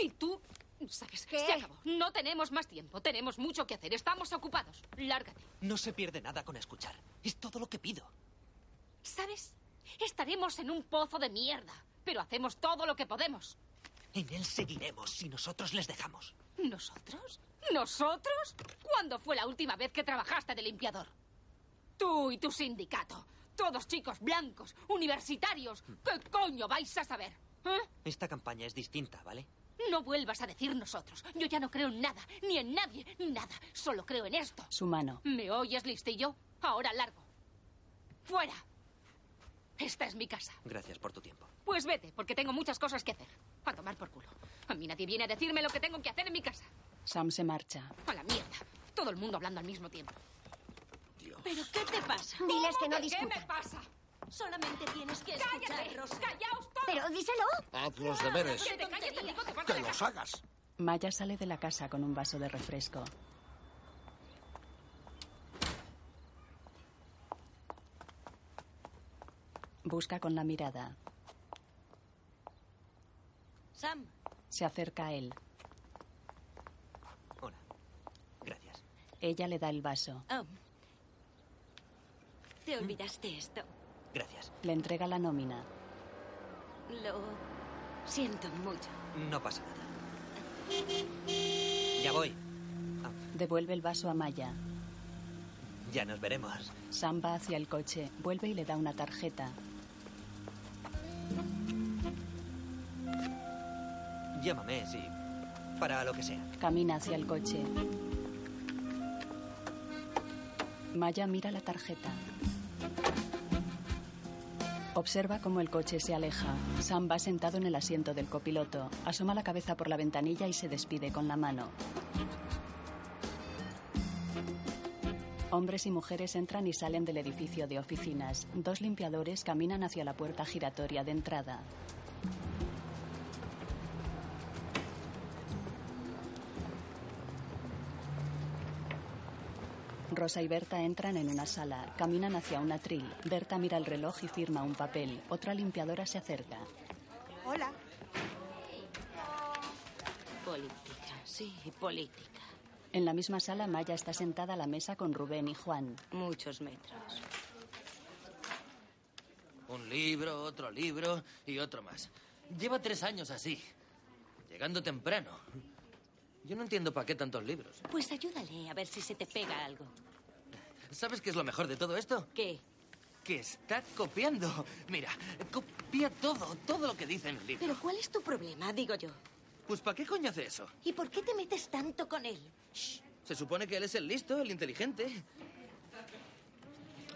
S13: Y tú... ¿Sabes? Se acabó. No tenemos más tiempo. Tenemos mucho que hacer. Estamos ocupados. Lárgate.
S15: No se pierde nada con escuchar. Es todo lo que pido.
S13: ¿Sabes? Estaremos en un pozo de mierda. Pero hacemos todo lo que podemos.
S15: En él seguiremos si nosotros les dejamos.
S13: ¿Nosotros? ¿Nosotros? ¿Cuándo fue la última vez que trabajaste de limpiador? Tú y tu sindicato. Todos chicos blancos, universitarios. ¿Qué coño vais a saber? ¿Eh?
S15: Esta campaña es distinta, ¿vale?
S13: No vuelvas a decir nosotros. Yo ya no creo en nada, ni en nadie, nada. Solo creo en esto.
S2: Su mano.
S13: ¿Me oyes, listillo? Ahora largo. ¡Fuera! Esta es mi casa.
S15: Gracias por tu tiempo.
S13: Pues vete, porque tengo muchas cosas que hacer. A tomar por culo. A mí nadie viene a decirme lo que tengo que hacer en mi casa.
S2: Sam se marcha.
S13: A la mierda. Todo el mundo hablando al mismo tiempo.
S8: ¿Pero qué te pasa?
S13: Diles
S8: que no
S13: ¿Qué me pasa?
S8: Solamente tienes que
S13: ¡Cállate!
S8: escuchar, Rosa.
S13: ¡Callaos todos!
S7: Pero díselo.
S11: Haz los deberes.
S13: ¡Que te calles, te digo, te vas a
S11: Que los
S13: la casa!
S11: hagas.
S2: Maya sale de la casa con un vaso de refresco. Busca con la mirada.
S8: Sam,
S2: Se acerca a él.
S15: Hola. Gracias.
S2: Ella le da el vaso.
S8: oh, te olvidaste esto.
S15: Gracias.
S2: Le entrega la nómina.
S8: Lo siento mucho.
S15: No pasa nada. Ya voy.
S2: Devuelve el vaso a Maya.
S15: Ya nos veremos.
S2: Sam va hacia el coche, vuelve y le da una tarjeta.
S15: Llámame si. Para lo que sea.
S2: Camina hacia el coche. Maya mira la tarjeta. Observa cómo el coche se aleja. Sam va sentado en el asiento del copiloto, asoma la cabeza por la ventanilla y se despide con la mano. Hombres y mujeres entran y salen del edificio de oficinas. Dos limpiadores caminan hacia la puerta giratoria de entrada. Rosa y Berta entran en una sala, caminan hacia un atril. Berta mira el reloj y firma un papel. Otra limpiadora se acerca.
S17: Hola.
S18: Política, sí, política.
S2: En la misma sala, Maya está sentada a la mesa con Rubén y Juan.
S18: Muchos metros.
S8: Un libro, otro libro y otro más. Lleva tres años así, llegando temprano. Yo no entiendo para qué tantos libros.
S18: Pues ayúdale a ver si se te pega algo.
S8: ¿Sabes qué es lo mejor de todo esto?
S18: ¿Qué?
S8: Que está copiando. Mira, copia todo, todo lo que dice en el libro.
S17: ¿Pero cuál es tu problema, digo yo?
S8: Pues ¿para qué coño hace eso?
S17: ¿Y por qué te metes tanto con él?
S8: Se supone que él es el listo, el inteligente.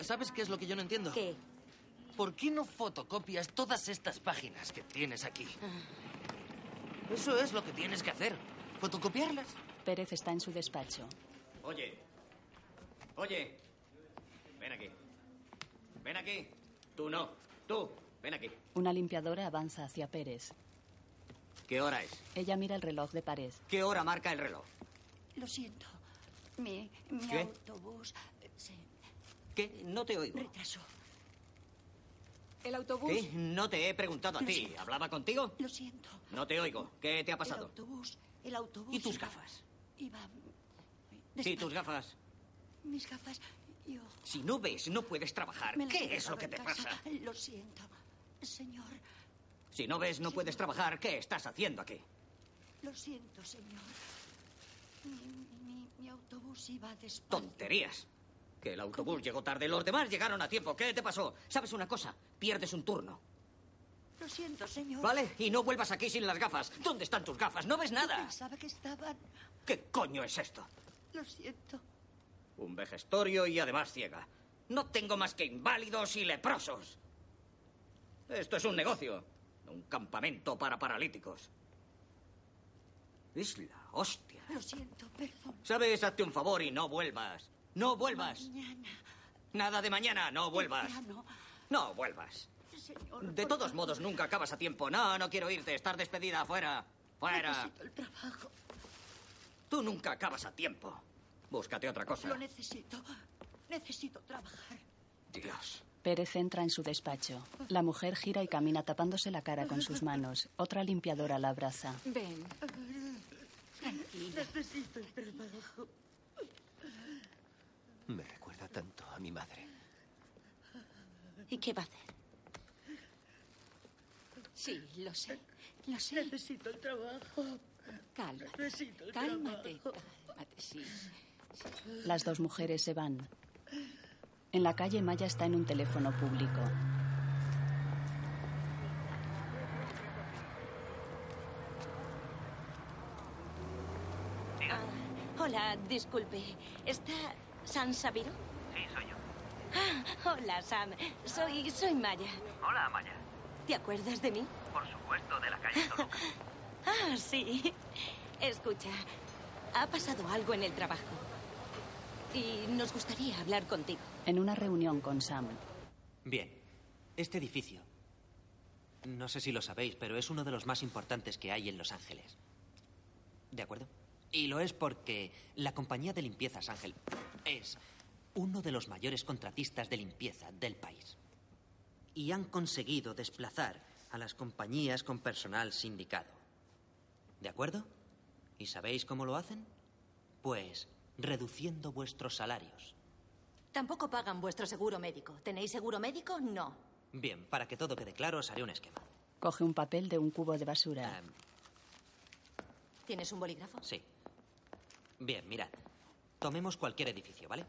S8: ¿Sabes qué es lo que yo no entiendo?
S17: ¿Qué?
S8: ¿Por qué no fotocopias todas estas páginas que tienes aquí? Eso es lo que tienes que hacer. Fotocopiarlas.
S2: Pérez está en su despacho.
S12: Oye. Oye. Ven aquí. Ven aquí. Tú no. Tú. Ven aquí.
S2: Una limpiadora avanza hacia Pérez.
S12: ¿Qué hora es?
S2: Ella mira el reloj de pared.
S12: ¿Qué hora marca el reloj?
S6: Lo siento. Mi, mi
S12: ¿Qué?
S6: autobús se
S12: ¿Qué? No te oigo.
S6: retrasó. El autobús.
S12: ¿Qué? No te he preguntado a
S6: Lo
S12: ti.
S6: siento.
S12: ¿Hablaba contigo?
S6: Lo siento.
S12: No te oigo. ¿Qué te ha
S6: El
S12: pasado?
S6: autobús. El autobús.
S12: ¿Y tus
S6: iba-
S12: gafas?
S6: Iba.
S12: Sí, tus gafas.
S6: Mis gafas. Yo.
S12: Si no ves, no puedes trabajar.
S6: me las
S12: ¿Qué
S6: he
S12: es lo
S6: dejado
S12: que
S6: en
S12: te
S6: casa.
S12: pasa?
S6: Lo siento. Señor.
S12: Si no ves, no puedes trabajar. ¿Qué estás haciendo aquí?
S6: Lo siento, señor. Mi, mi- mi autobús iba despacio.
S12: Tonterías. Que el autobús llegó tarde, los demás llegaron a tiempo. ¿Qué te pasó? ¿Sabes una cosa? Pierdes un turno,
S6: Lo siento, señor.
S12: ¿vale? Y no vuelvas aquí sin las gafas. ¿Dónde están tus gafas? ¿No ves
S6: Yo
S12: nada?
S6: Pensaba que estaban.
S12: ¿Qué coño es esto?
S6: Lo siento.
S12: Un vejestorio y además ciega. No tengo más que inválidos y leprosos. Esto es un negocio, no un campamento para paralíticos. Es la hostia.
S6: Lo siento, perdón.
S12: ¿Sabes? Hazte un favor y no vuelvas. No vuelvas.
S6: Mañana.
S12: Nada de mañana, no vuelvas.
S6: Temprano.
S12: No vuelvas.
S6: Señor.
S12: De
S6: por
S12: todos
S6: favor.
S12: modos, nunca acabas a tiempo. No, no quiero irte. Estar despedida. Fuera. Fuera.
S6: Necesito el trabajo.
S12: Tú nunca acabas a tiempo. Búscate otra
S6: Lo
S12: cosa.
S6: necesito. Necesito trabajar.
S12: Dios.
S2: Pérez entra en su despacho. La mujer gira y camina tapándose la cara con sus manos. Otra limpiadora la abraza.
S6: Ven. Necesito el trabajo.
S19: Me recuerda tanto a mi madre.
S6: ¿Y qué va a hacer?
S13: Sí, lo sé.
S6: Lo sé. Necesito el trabajo.
S13: Cálmate.
S6: Necesito el
S13: Cálmate,
S6: trabajo.
S13: cálmate, sí.
S2: Las dos mujeres se van. En la calle Maya está en un teléfono público.
S10: Hola, disculpe. ¿Está San Sabiro?
S20: Sí, soy yo.
S10: Ah, hola, Sam. Soy, soy Maya.
S20: Hola, Amaya.
S10: ¿Te acuerdas de mí?
S20: Por supuesto, de la calle Toluca.
S10: Ah, sí. Escucha, ha pasado algo en el trabajo. Y nos gustaría hablar contigo.
S2: En una reunión con Sam.
S15: Bien, este edificio. No sé si lo sabéis, pero es uno de los más importantes que hay en Los Ángeles. ¿De acuerdo? Y lo es porque la compañía de limpiezas Ángel es uno de los mayores contratistas de limpieza del país. Y han conseguido desplazar a las compañías con personal sindicado. ¿De acuerdo? ¿Y sabéis cómo lo hacen? Pues reduciendo vuestros salarios.
S5: Tampoco pagan vuestro seguro médico. ¿Tenéis seguro médico? No.
S15: Bien, para que todo quede claro, os haré un esquema.
S2: Coge un papel de un cubo de basura.
S5: ¿Tienes un bolígrafo?
S15: Sí. Bien, mirad. Tomemos cualquier edificio, ¿vale?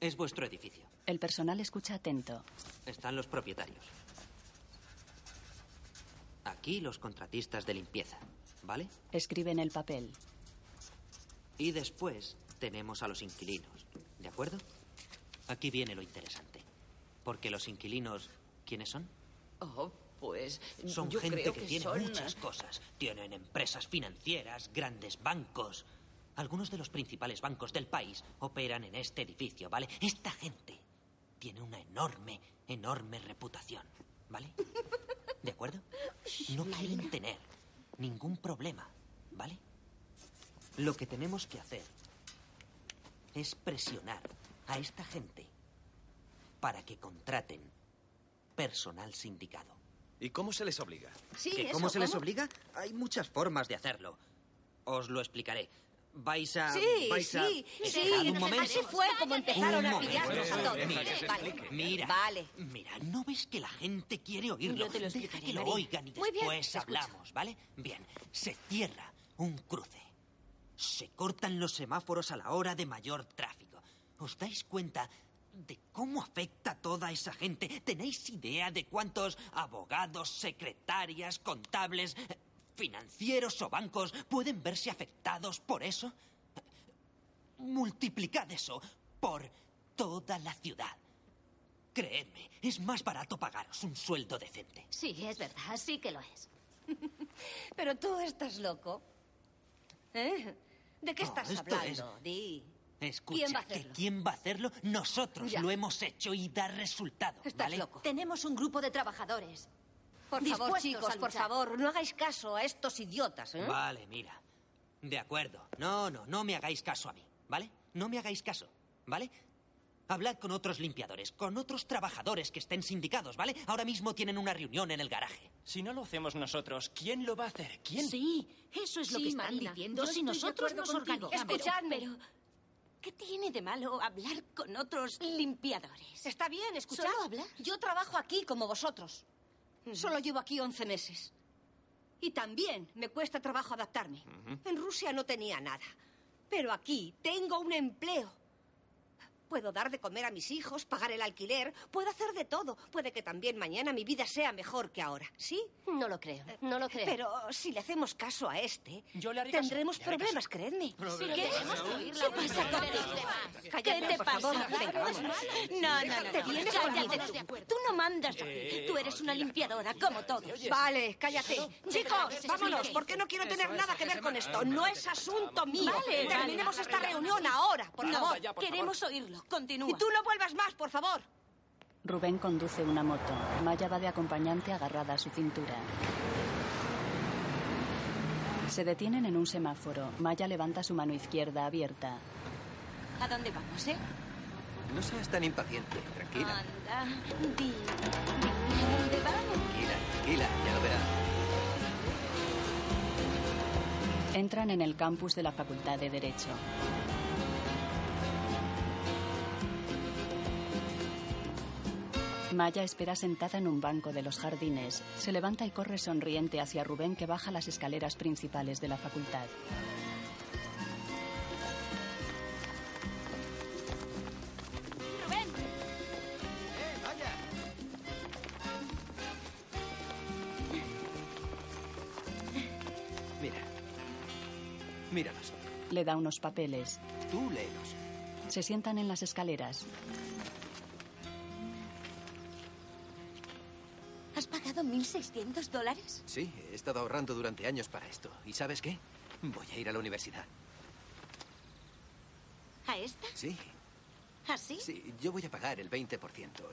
S15: Es vuestro edificio.
S2: El personal escucha atento.
S15: Están los propietarios. Aquí los contratistas de limpieza, ¿vale?
S2: Escribe en el papel.
S15: Y después tenemos a los inquilinos, ¿de acuerdo? Aquí viene lo interesante. Porque los inquilinos ¿Quiénes son?
S8: Oh, pues.
S15: Son
S8: yo
S15: gente
S8: creo
S15: que,
S8: que
S15: tiene
S8: son- *laughs*
S15: muchas cosas. Tienen empresas financieras, grandes bancos. Algunos de los principales bancos del país operan en este edificio, ¿vale? Esta gente tiene una enorme, enorme reputación, ¿vale? ¿De
S8: *laughs*
S15: acuerdo? No quieren tener ningún problema, ¿vale? Lo que tenemos que hacer es presionar a esta gente para que contraten personal sindicado.
S21: ¿Y cómo se les obliga?
S15: Sí, ¿Que cómo eso, se les ¿cómo? obliga? Hay muchas formas de hacerlo. Os lo explicaré. Vais a.
S6: Sí,
S15: Ah, vais a-
S6: sí, sí,
S15: Esperad un
S6: nos
S15: momento.
S6: Así fue como
S15: Un
S6: empezaron a
S15: momento.
S6: pillarnos a todos.
S15: Mira,
S6: Deja que se
S15: vale.
S6: explique.
S15: Mira,
S6: Vale.
S15: mira, ¿no ves que la gente quiere
S6: Yo
S15: oírlo?
S6: te lo
S15: Deja
S6: explicaré,
S15: que lo
S6: María.
S15: oigan y
S6: Muy bien,
S15: después
S6: te escucho.
S15: hablamos, ¿vale? Bien, se cierra un cruce. Se cortan los semáforos a la hora de mayor tráfico. ¿Os dais cuenta de cómo afecta a toda esa gente? ¿Tenéis idea de cuántos abogados, secretarias, contables, eh, financieros o bancos pueden verse afectados por eso? Multiplicad eso por toda la ciudad. Creedme, es más barato pagaros un sueldo decente.
S5: Sí, es verdad, sí que lo es. *laughs* Pero tú estás loco. ¿Eh? ¿De qué
S15: No,
S5: estás
S15: esto
S5: hablando?
S15: es-
S5: Di.
S15: Escucha,
S5: ¿Quién va a
S15: que
S5: hacerlo?
S15: ¿quién va a hacerlo? Nosotros
S5: Ya.
S15: lo hemos hecho y da resultado,
S5: Estás
S15: ¿vale?
S5: loco. Tenemos un grupo de trabajadores. Por favor,
S22: Dispuestos
S5: chicos,
S22: a
S5: por
S22: luchar.
S5: favor, no hagáis caso a estos idiotas, ¿eh?
S15: Vale, mira. De acuerdo. No, no, no me hagáis caso a mí, ¿vale? No me hagáis caso, ¿vale? Hablad con otros limpiadores, con otros trabajadores que estén sindicados, ¿vale? Ahora mismo tienen una reunión en el garaje.
S13: Si no lo hacemos nosotros, ¿quién lo va a hacer? ¿Quién?
S5: Sí, eso
S13: es lo que están diciendo. Si nosotros nos organizamos-
S5: Escuchadme.
S10: Pero, ¿qué tiene de malo hablar con otros limpiadores?
S5: Está bien, escuchad.
S10: Solo hablar.
S5: Yo trabajo aquí como vosotros. Solo llevo aquí 11 meses. Y también me cuesta trabajo adaptarme. En Rusia no tenía nada. Pero aquí tengo un empleo. Puedo dar de comer a mis hijos, pagar el alquiler, puedo hacer de todo. Puede que también mañana mi vida sea mejor que ahora, ¿sí? Eh,
S11: No lo creo, no lo creo.
S5: Pero si le hacemos caso a este,
S11: haré caso,
S5: tendremos
S11: le haré
S5: problemas, creedme.
S11: Problemas.
S5: ¿Qué?
S11: Tenemos que
S5: ¿Qué
S11: oír la
S5: pasa
S11: opinión de
S5: contigo?
S11: los demás.
S5: Cállate,
S10: ¿Qué te
S5: por
S10: pasa?
S5: favor.
S10: Venga,
S5: Venga,
S10: vamos.
S5: vamos.
S10: No, no, no.
S5: Te
S10: no.
S5: vienes
S10: Cállate,
S5: conmigo.
S10: no, de acuerdo. Tú no mandas aquí. Tú eres una limpiadora, como todos.
S5: Vale, cállate.
S10: Claro.
S5: Chicos,
S10: Déjame que se
S5: vámonos,
S10: explique.
S5: porque no quiero tener
S10: Eso es,
S5: nada que
S10: que
S5: ver
S10: se
S5: con
S10: me-
S5: esto.
S10: Vale,
S5: No
S10: vale,
S5: es asunto mío.
S10: Vale,
S5: Terminemos
S10: vale.
S5: esta reunión ahora, por
S10: No,
S5: favor.
S10: ya, por Queremos favor. oírlo. Continúa.
S5: Y tú no vuelvas más, por favor.
S2: Rubén conduce una moto. Maya va de acompañante agarrada a su cintura. Se detienen en un semáforo. Maya levanta su mano izquierda abierta.
S10: ¿A dónde vamos, eh?
S14: No seas tan impaciente, tranquila.
S10: Anda, di, di, ¿a dónde vamos?
S14: Tranquila, ya lo verás.
S2: Entran en el campus de la Facultad de Derecho. Maya espera sentada en un banco de los jardines. Se levanta y corre sonriente hacia Rubén que baja las escaleras principales de la facultad.
S7: Rubén.
S14: Mira. Míralos.
S2: Le da unos papeles.
S14: Tú léelos.
S2: Se sientan en las escaleras.
S10: ¿Has pagado 1.600 dólares?
S14: Sí, he estado ahorrando durante años para esto. ¿Y sabes qué? Voy a ir a la universidad.
S10: ¿A esta?
S14: Sí,
S10: ¿Así?
S14: sí, yo voy a pagar el 20%.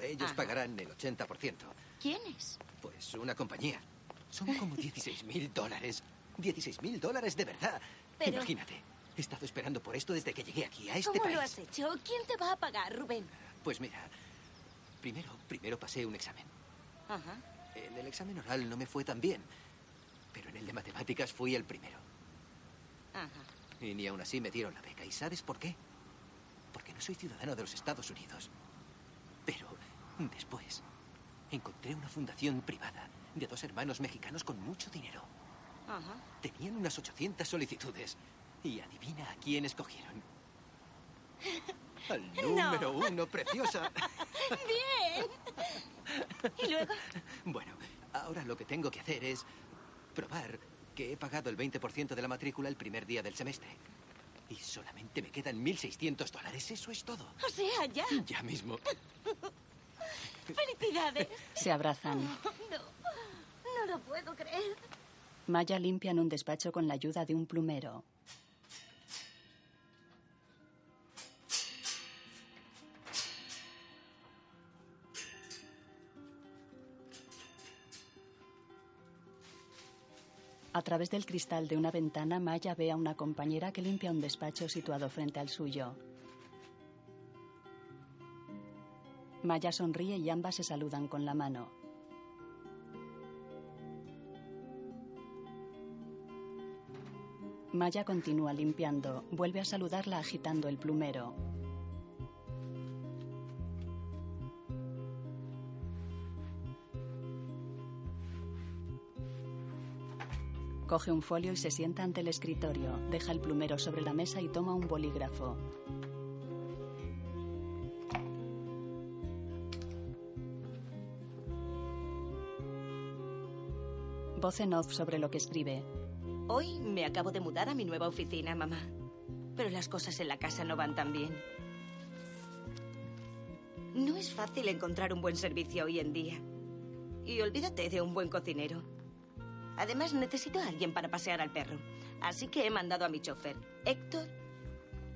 S14: Ellos
S10: ¿Ah, Ajá.
S14: pagarán el 80%.
S10: ¿Quién es?
S14: Pues una compañía.
S10: *laughs*
S14: Son como 16 mil dólares. 16 mil dólares de verdad.
S10: Pero-
S14: Imagínate. He estado esperando por esto desde que llegué aquí, a este
S10: ¿Cómo
S14: país.
S10: lo has hecho? ¿Quién te va a pagar, Rubén?
S14: Pues mira, primero, primero pasé un examen.
S10: Ajá.
S14: En el examen oral no me fue tan bien, pero en el de matemáticas fui el primero.
S10: Ajá.
S14: Y ni aún así me dieron la beca. ¿Y sabes por qué? Porque no soy ciudadano de los Estados Unidos. Pero después encontré una fundación privada de dos hermanos mexicanos con mucho dinero.
S10: Ajá.
S14: Tenían unas 800 solicitudes. Y adivina a quién escogieron. Al número uno, preciosa.
S10: ¡Bien! *laughs* ¿Y luego?
S14: *laughs* Bueno, ahora lo que tengo que hacer es probar que he pagado el 20% de la matrícula el primer día del semestre. Y solamente me quedan 1.600 dólares, eso es todo.
S10: *laughs* O sea, ya.
S14: Ya mismo.
S23: ¡Felicidades!
S2: Se abrazan.
S23: No, no lo puedo creer.
S2: Maya limpia en un despacho con la ayuda de un plumero. A través del cristal de una ventana, Maya ve a una compañera que limpia un despacho situado frente al suyo. Maya sonríe y ambas se saludan con la mano. Maya continúa limpiando, vuelve a saludarla agitando el plumero. Coge un folio y se sienta ante el escritorio, deja el plumero sobre la mesa y toma un bolígrafo. Voz en off sobre lo que escribe.
S10: Hoy me acabo de mudar a mi nueva oficina, mamá. Pero las cosas en la casa no van tan bien. No es fácil encontrar un buen servicio hoy en día. Y olvídate de un buen cocinero. Además, necesito a alguien para pasear al perro. Así que he mandado a mi chofer, Héctor,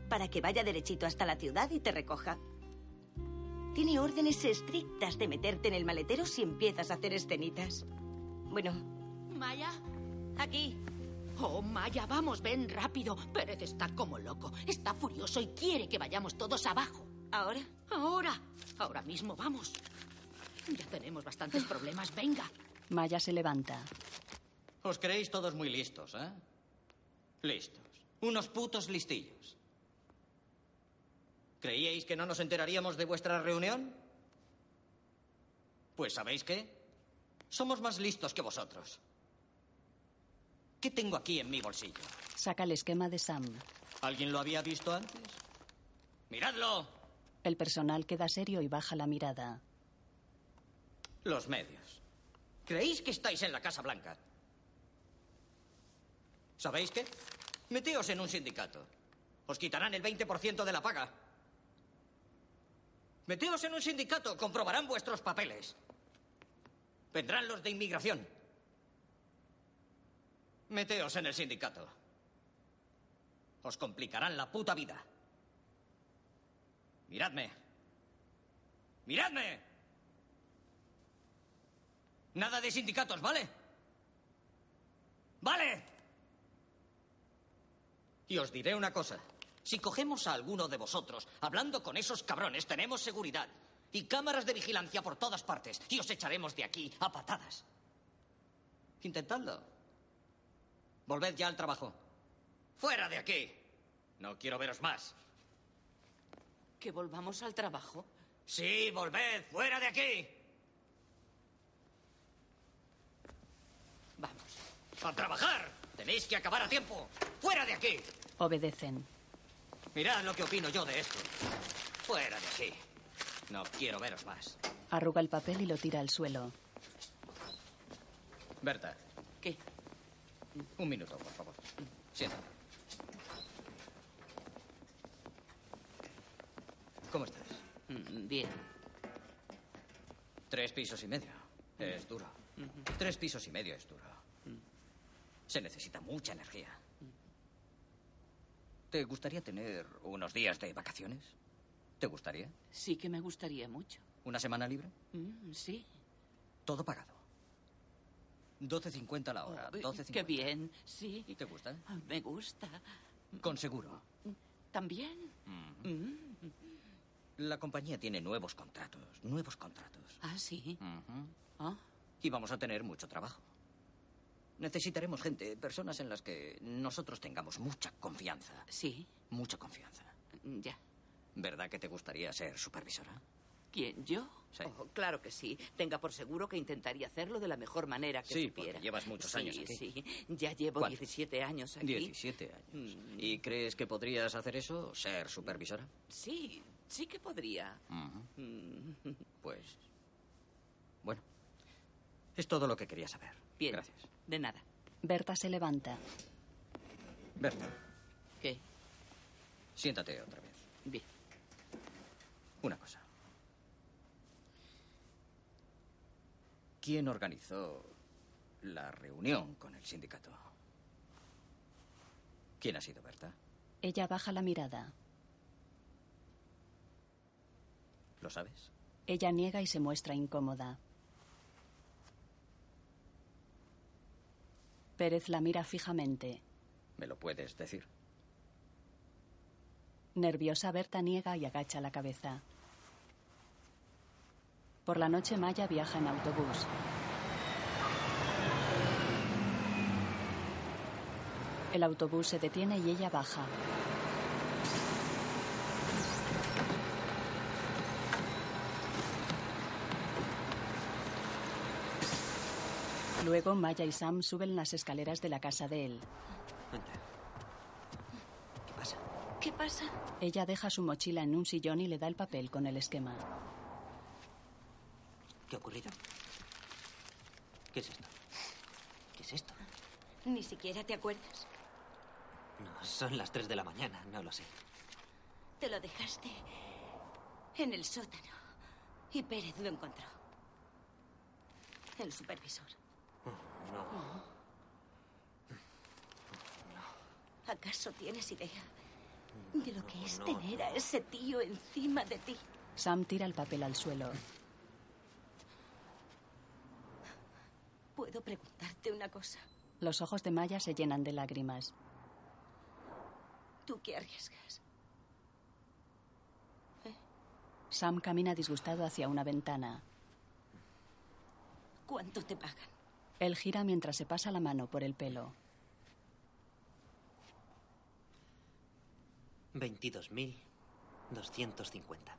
S10: para que vaya derechito hasta la ciudad y te recoja. Tiene órdenes estrictas de meterte en el maletero si empiezas a hacer escenitas. Bueno,
S13: Maya, aquí. Oh, Maya, vamos, ven rápido. Pérez está como loco. Está furioso y quiere que vayamos todos abajo.
S10: ¿Ahora?
S13: Ahora. Ahora mismo, vamos. Ya tenemos bastantes problemas. Venga.
S2: Maya se levanta.
S12: Os creéis todos muy listos, ¿eh? Listos. Unos putos listillos. ¿Creíais que no nos enteraríamos de vuestra reunión? Pues sabéis qué? Somos más listos que vosotros. ¿Qué tengo aquí en mi bolsillo?
S2: Saca el esquema de Sam.
S12: ¿Alguien lo había visto antes? ¡Miradlo!
S2: El personal queda serio y baja la mirada.
S12: Los medios. ¿Creéis que estáis en la Casa Blanca? ¿Sabéis qué? Meteos en un sindicato. Os quitarán el 20% de la paga. Meteos en un sindicato, comprobarán vuestros papeles. Vendrán los de inmigración. Meteos en el sindicato. Os complicarán la puta vida. Miradme. Miradme. Nada de sindicatos, ¿vale? ¿Vale? Y os diré una cosa. Si cogemos a alguno de vosotros hablando con esos cabrones, tenemos seguridad y cámaras de vigilancia por todas partes y os echaremos de aquí a patadas. Intentadlo. Volved ya al trabajo. ¡Fuera de aquí! No quiero veros más.
S10: ¿Que volvamos al trabajo?
S12: Sí, volved, fuera de aquí.
S10: Vamos.
S12: ¡A trabajar! Tenéis que acabar a tiempo. ¡Fuera de aquí!
S2: Obedecen.
S12: Mirad lo que opino yo de esto. Fuera de aquí. No quiero veros más.
S2: Arruga el papel y lo tira al suelo.
S12: Berta.
S10: ¿Qué?
S12: Un minuto, por favor. Siéntate. ¿Cómo estás?
S10: Mm, Bien.
S12: Tres pisos y medio.
S10: Mm.
S12: Es duro.
S10: Mm-hmm.
S12: Tres pisos y medio es duro. Se necesita mucha energía.
S10: Mm.
S12: ¿Te gustaría tener unos días de vacaciones? ¿Te gustaría?
S10: Sí que me gustaría mucho.
S12: ¿Una semana libre?
S10: Mm, sí.
S12: Todo pagado. 12.50 la hora.
S10: Oh,
S12: 12.50.
S10: Qué bien, sí. Ah,
S12: ¿Te gusta?
S10: Me gusta.
S12: Con seguro.
S10: ¿También?
S12: Mm.
S10: Mm.
S12: La compañía tiene nuevos contratos. Nuevos contratos.
S10: Ah, sí.
S12: Ujú.
S10: Ah,
S12: Y vamos a tener mucho trabajo. Necesitaremos gente, personas en las que nosotros tengamos mucha confianza.
S10: sí,
S12: Mucha confianza.
S10: ya.
S12: ¿Verdad que te gustaría ser supervisora?
S10: ¿Quién, yo?
S12: Sí.
S24: Oh, claro que sí. Tenga por seguro que intentaría hacerlo de la mejor manera que
S12: Sí,
S24: supiera.
S12: porque llevas muchos
S24: Sí,
S12: años aquí.
S24: Sí, ya llevo
S12: ¿Cuánto?
S24: 17 años aquí.
S12: 17 años.
S6: Mm,
S12: ¿Y crees que podrías hacer eso? ¿Ser supervisora?
S24: Sí, sí que podría. Mm,
S12: Pues. Bueno. Es todo lo que quería saber.
S24: Bien.
S12: Gracias.
S24: De nada.
S2: Berta se levanta.
S12: Berta.
S24: ¿Qué?
S12: Siéntate otra vez.
S24: Bien.
S12: Una cosa. quién organizó la reunión con el sindicato? ¿Quién ha sido, Berta?
S2: Ella baja la mirada.
S12: ¿Lo sabes?
S2: Ella niega y se muestra incómoda. Pérez la mira fijamente.
S12: ¿Me lo puedes decir?
S2: Nerviosa, Berta niega y agacha la cabeza. Por la noche, Maya viaja en autobús. El autobús se detiene y ella baja. Luego, Maya y Sam suben las escaleras de la casa de él.
S25: ¿Qué pasa?
S10: ¿Qué pasa?
S2: Ella deja su mochila en un sillón y le da el papel con el esquema.
S25: ¿Qué ha ocurrido? ¿Qué es esto? ¿Qué es esto?
S10: Ni siquiera te acuerdas.
S25: No, son las 3 de la mañana, no lo sé.
S10: Te lo dejaste en el sótano. Y Pérez lo encontró. El supervisor.
S25: No.
S10: ¿Acaso tienes idea de lo que es tener a ese tío encima de ti?
S2: Sam tira el papel al suelo.
S10: Puedo preguntarte una cosa.
S2: Los ojos de Maya se llenan de lágrimas.
S10: ¿Tú qué arriesgas?
S2: Sam camina disgustado hacia una ventana.
S10: ¿Cuánto te pagan?
S2: Él gira mientras se pasa la mano por el pelo.
S15: 22.250.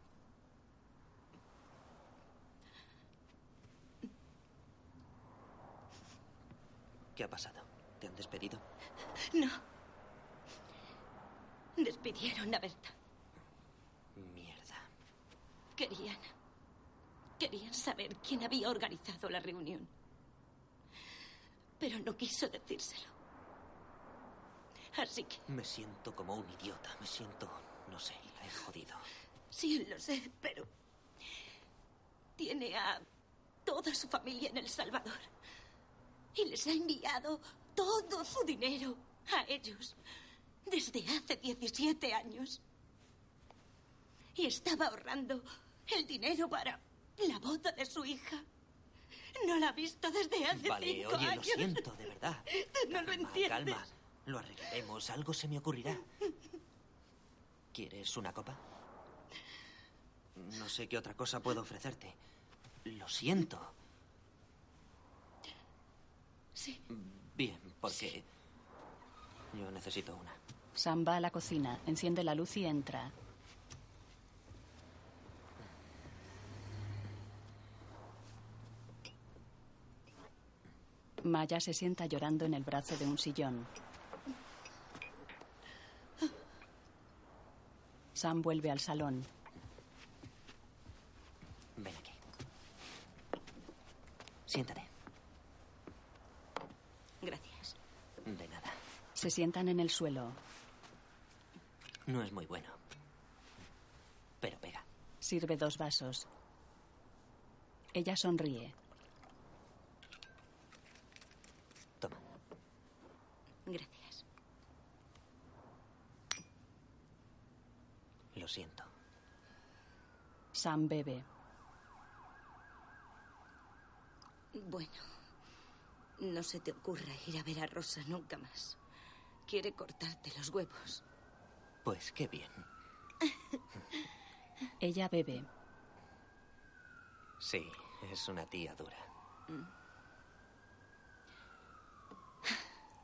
S15: ¿Qué ha pasado? ¿Te han despedido?
S10: No. Despidieron a Berta.
S15: Mierda.
S10: Querían. Querían saber quién había organizado la reunión. Pero no quiso decírselo. Así que
S15: Me siento como un idiota. Me siento. No sé, la he
S10: *laughs*
S15: jodido.
S10: sí lo sé, pero. Tiene a toda su familia en El Salvador. Y les ha enviado todo su dinero a ellos. Desde hace 17 años. Y estaba ahorrando el dinero para la boda de su hija. No la ha visto desde hace
S15: Vale,
S10: cinco
S15: oye, lo
S10: años.
S15: siento, de verdad.
S10: Tú *laughs* no lo entiendes.
S15: Calma, lo arreglaremos. Algo se me ocurrirá. ¿Quieres una copa? No sé qué otra cosa puedo ofrecerte. Lo siento.
S10: Sí.
S15: Bien, porque yo necesito una.
S2: Sam va a la cocina, enciende la luz y entra. Maya se sienta llorando en el brazo de un sillón. Sam vuelve al salón.
S15: Ven aquí. Siéntate.
S10: Gracias.
S15: De nada.
S2: Se sientan en el suelo.
S15: No es muy bueno. Pero pega.
S2: Sirve dos vasos. Ella sonríe.
S10: Gracias.
S15: Lo siento.
S2: Sam bebe.
S10: Bueno, no se te ocurra ir a ver a Rosa nunca más. Quiere cortarte los huevos. *laughs*
S15: Pues qué bien.
S2: Ella bebe.
S15: Sí, es una tía dura.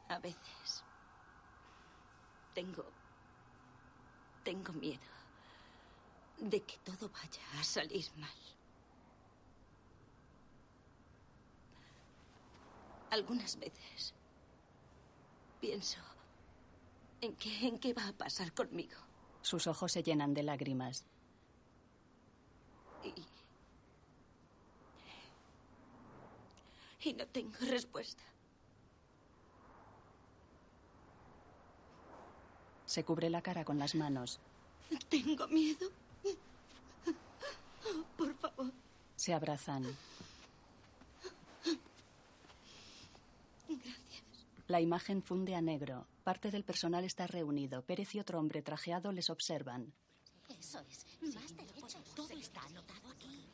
S10: A veces. Tengo. Tengo miedo de que todo vaya a salir mal. Algunas veces pienso en qué, en qué va a pasar conmigo.
S2: Sus ojos se llenan de lágrimas.
S10: Y. Y no tengo respuesta.
S2: Se cubre la cara con las manos.
S10: Tengo miedo. Por favor,
S2: Se abrazan. La imagen funde a negro. Parte del personal está reunido. Pérez y otro hombre trajeado les observan.
S13: Eso es. Más derecho. Todo está anotado aquí.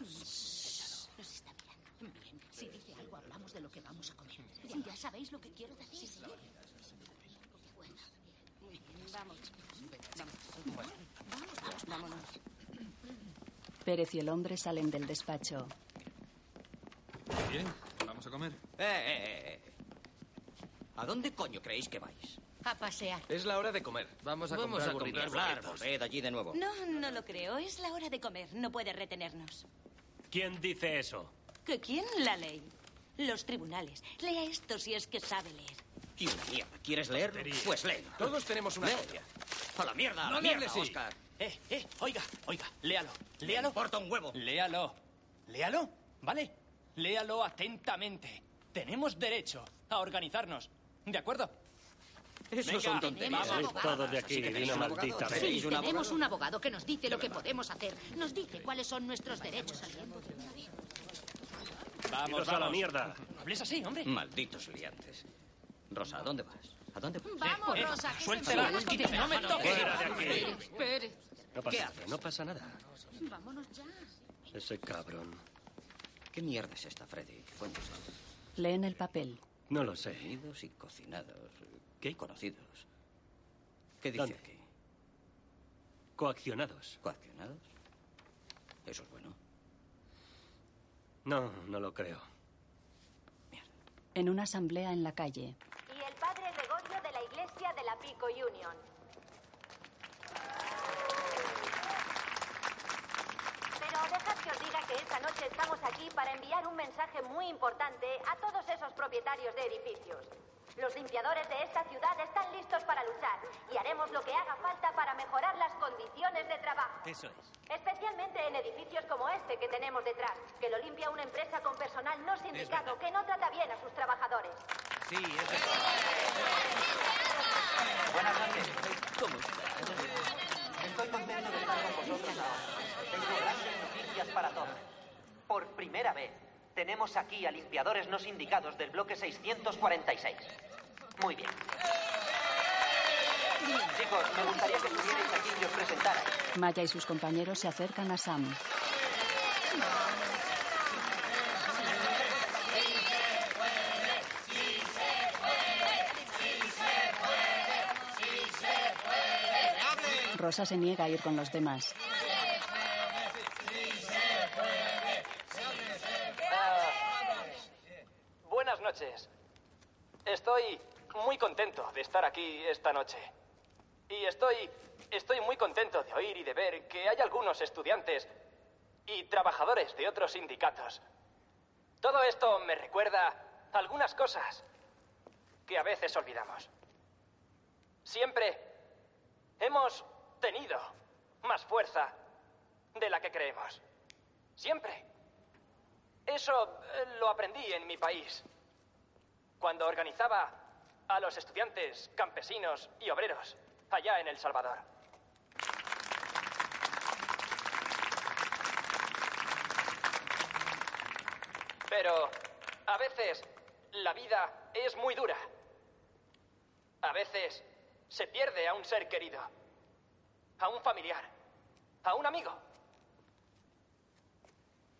S13: Nos está mirando. Bien. Si dice algo, hablamos de lo que vamos a comer. Ya sabéis lo que quiero decir. ¿sí?
S26: Vamos. Vamos. Vamos. Vámonos.
S2: Pérez y el hombre salen del despacho.
S12: Bien, vamos a comer.
S8: Eh, eh, eh, eh. ¿A dónde coño creéis que vais?
S13: A pasear.
S12: Es la hora de comer. Vamos a
S8: Vamos
S12: comprar
S8: a comprar
S12: burritos.
S8: hablar, volved allí de nuevo.
S10: No, no lo creo. Es la hora de comer. No puede retenernos.
S6: ¿Quién dice eso?
S10: ¿Que quién? La ley. Los tribunales. Lea esto si es que sabe leer.
S8: Y una mierda. ¿Quieres leerlo? Pues léelo.
S12: Todos tenemos una
S8: copia. A la mierda, a
S12: No
S8: la
S12: le
S8: mierda,
S12: hables, sí.
S8: Oscar.
S4: Eh, eh, oiga, oiga, léalo. Léalo.
S8: importa un huevo.
S4: Léalo. Léalo, ¿vale? Léalo atentamente. Tenemos derecho a organizarnos. ¿De acuerdo?
S6: Eso
S4: Venga,
S6: son tonterías. ¿eh?
S4: vamos.
S6: Sois todos de aquí,
S4: Si tenéis
S6: divina
S4: un abogado,
S6: maldita.
S4: sí,
S6: Veréis un
S13: Tenemos
S6: abogado.
S13: un abogado que nos dice lo que podemos hacer. Nos dice cuáles son nuestros derechos.
S6: Vamos,
S4: Vamos,
S6: a la
S4: vamos.
S6: mierda.
S4: No hables así, hombre.
S8: Malditos liantes. Rosa, ¿a dónde vas? ¿A dónde vas?
S13: Vamos,
S8: Eh,
S13: Rosa, que
S8: suéltala.
S13: se me van a
S8: Quítame la
S13: condenar.
S8: mano.
S13: No me toques.
S8: Fuera de aquí.
S13: Pérez, Pérez.
S6: No
S8: ¿Qué
S6: pasa nada,
S8: haces?
S6: no pasa nada.
S13: Vámonos ya.
S6: Ese cabrón.
S8: ¿Qué mierda es esta, Freddy? Cuéntoslo.
S2: Leen el papel.
S6: No lo sé.
S8: Unidos y cocinados. ¿Qué? Conocidos. ¿Qué dice aquí?
S6: Coaccionados.
S8: ¿Coaccionados? Eso es bueno.
S6: No, no lo creo.
S2: En una asamblea en la calle.
S5: y el padre Gregorio de la iglesia de la Pico Union. Pero dejad que os diga que esta noche estamos aquí para enviar un mensaje muy importante a todos esos propietarios de edificios. Los limpiadores de esta ciudad están listos para luchar y haremos lo que haga falta para mejorar las condiciones de trabajo.
S1: Eso es.
S5: Especialmente en edificios como este que tenemos detrás, que lo limpia una empresa con personal no sindicado que no trata bien a sus trabajadores.
S1: Sí, eso es.
S15: Buenas noches. ¿Cómo estás? Estoy contento de estar con vosotros ahora. Tengo grandes noticias para todos. Por primera vez, tenemos aquí a limpiadores no sindicados del bloque 646. Muy bien. Chicos, me gustaría que estuvierais aquí y os presentara.
S2: Maya y sus compañeros se acercan a Sam. Rosa se niega a ir con los demás.
S4: pues,
S27: Buenas noches. Estoy muy contento de estar aquí esta noche. Y estoy estoy muy contento de oír y de ver que hay algunos estudiantes y trabajadores de otros sindicatos. Todo esto me recuerda algunas cosas que a veces olvidamos. Siempre hemos tenido más fuerza de la que creemos. Siempre. Eso eh, lo aprendí en mi país, cuando organizaba a los estudiantes, campesinos y obreros allá en El Salvador. Pero a veces la vida es muy dura. A veces se pierde a un ser querido, a un familiar, a un amigo.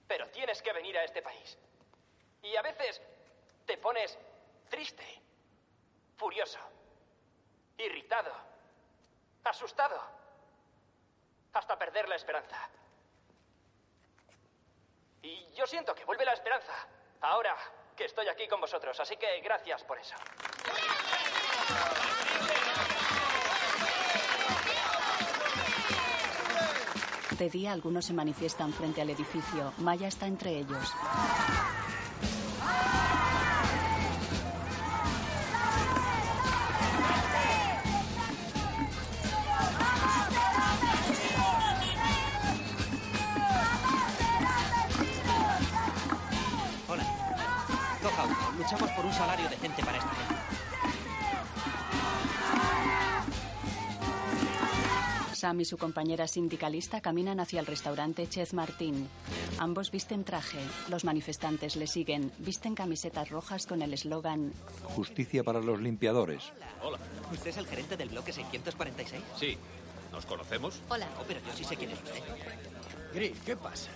S27: Pero tienes que venir a este país. Y a veces te pones triste, furioso, irritado, asustado, hasta perder la esperanza. Y yo siento que vuelve la esperanza ahora que estoy aquí con vosotros, así que gracias por eso.
S2: De día algunos se manifiestan frente al edificio. Maya está entre ellos.
S1: Coja uno. Luchamos por un salario decente para
S15: este
S1: esta gente.
S2: Sam y su compañera sindicalista caminan hacia el restaurante Chez Martín. Ambos visten traje. Los manifestantes le siguen. Visten camisetas rojas con el eslogan
S8: Justicia para los limpiadores.
S15: Hola. ¿Usted es el gerente del bloque 646?
S8: Sí. ¿Nos conocemos?
S15: Hola. No, pero yo sí sé quién es usted.
S28: Gris, ¿qué pasa?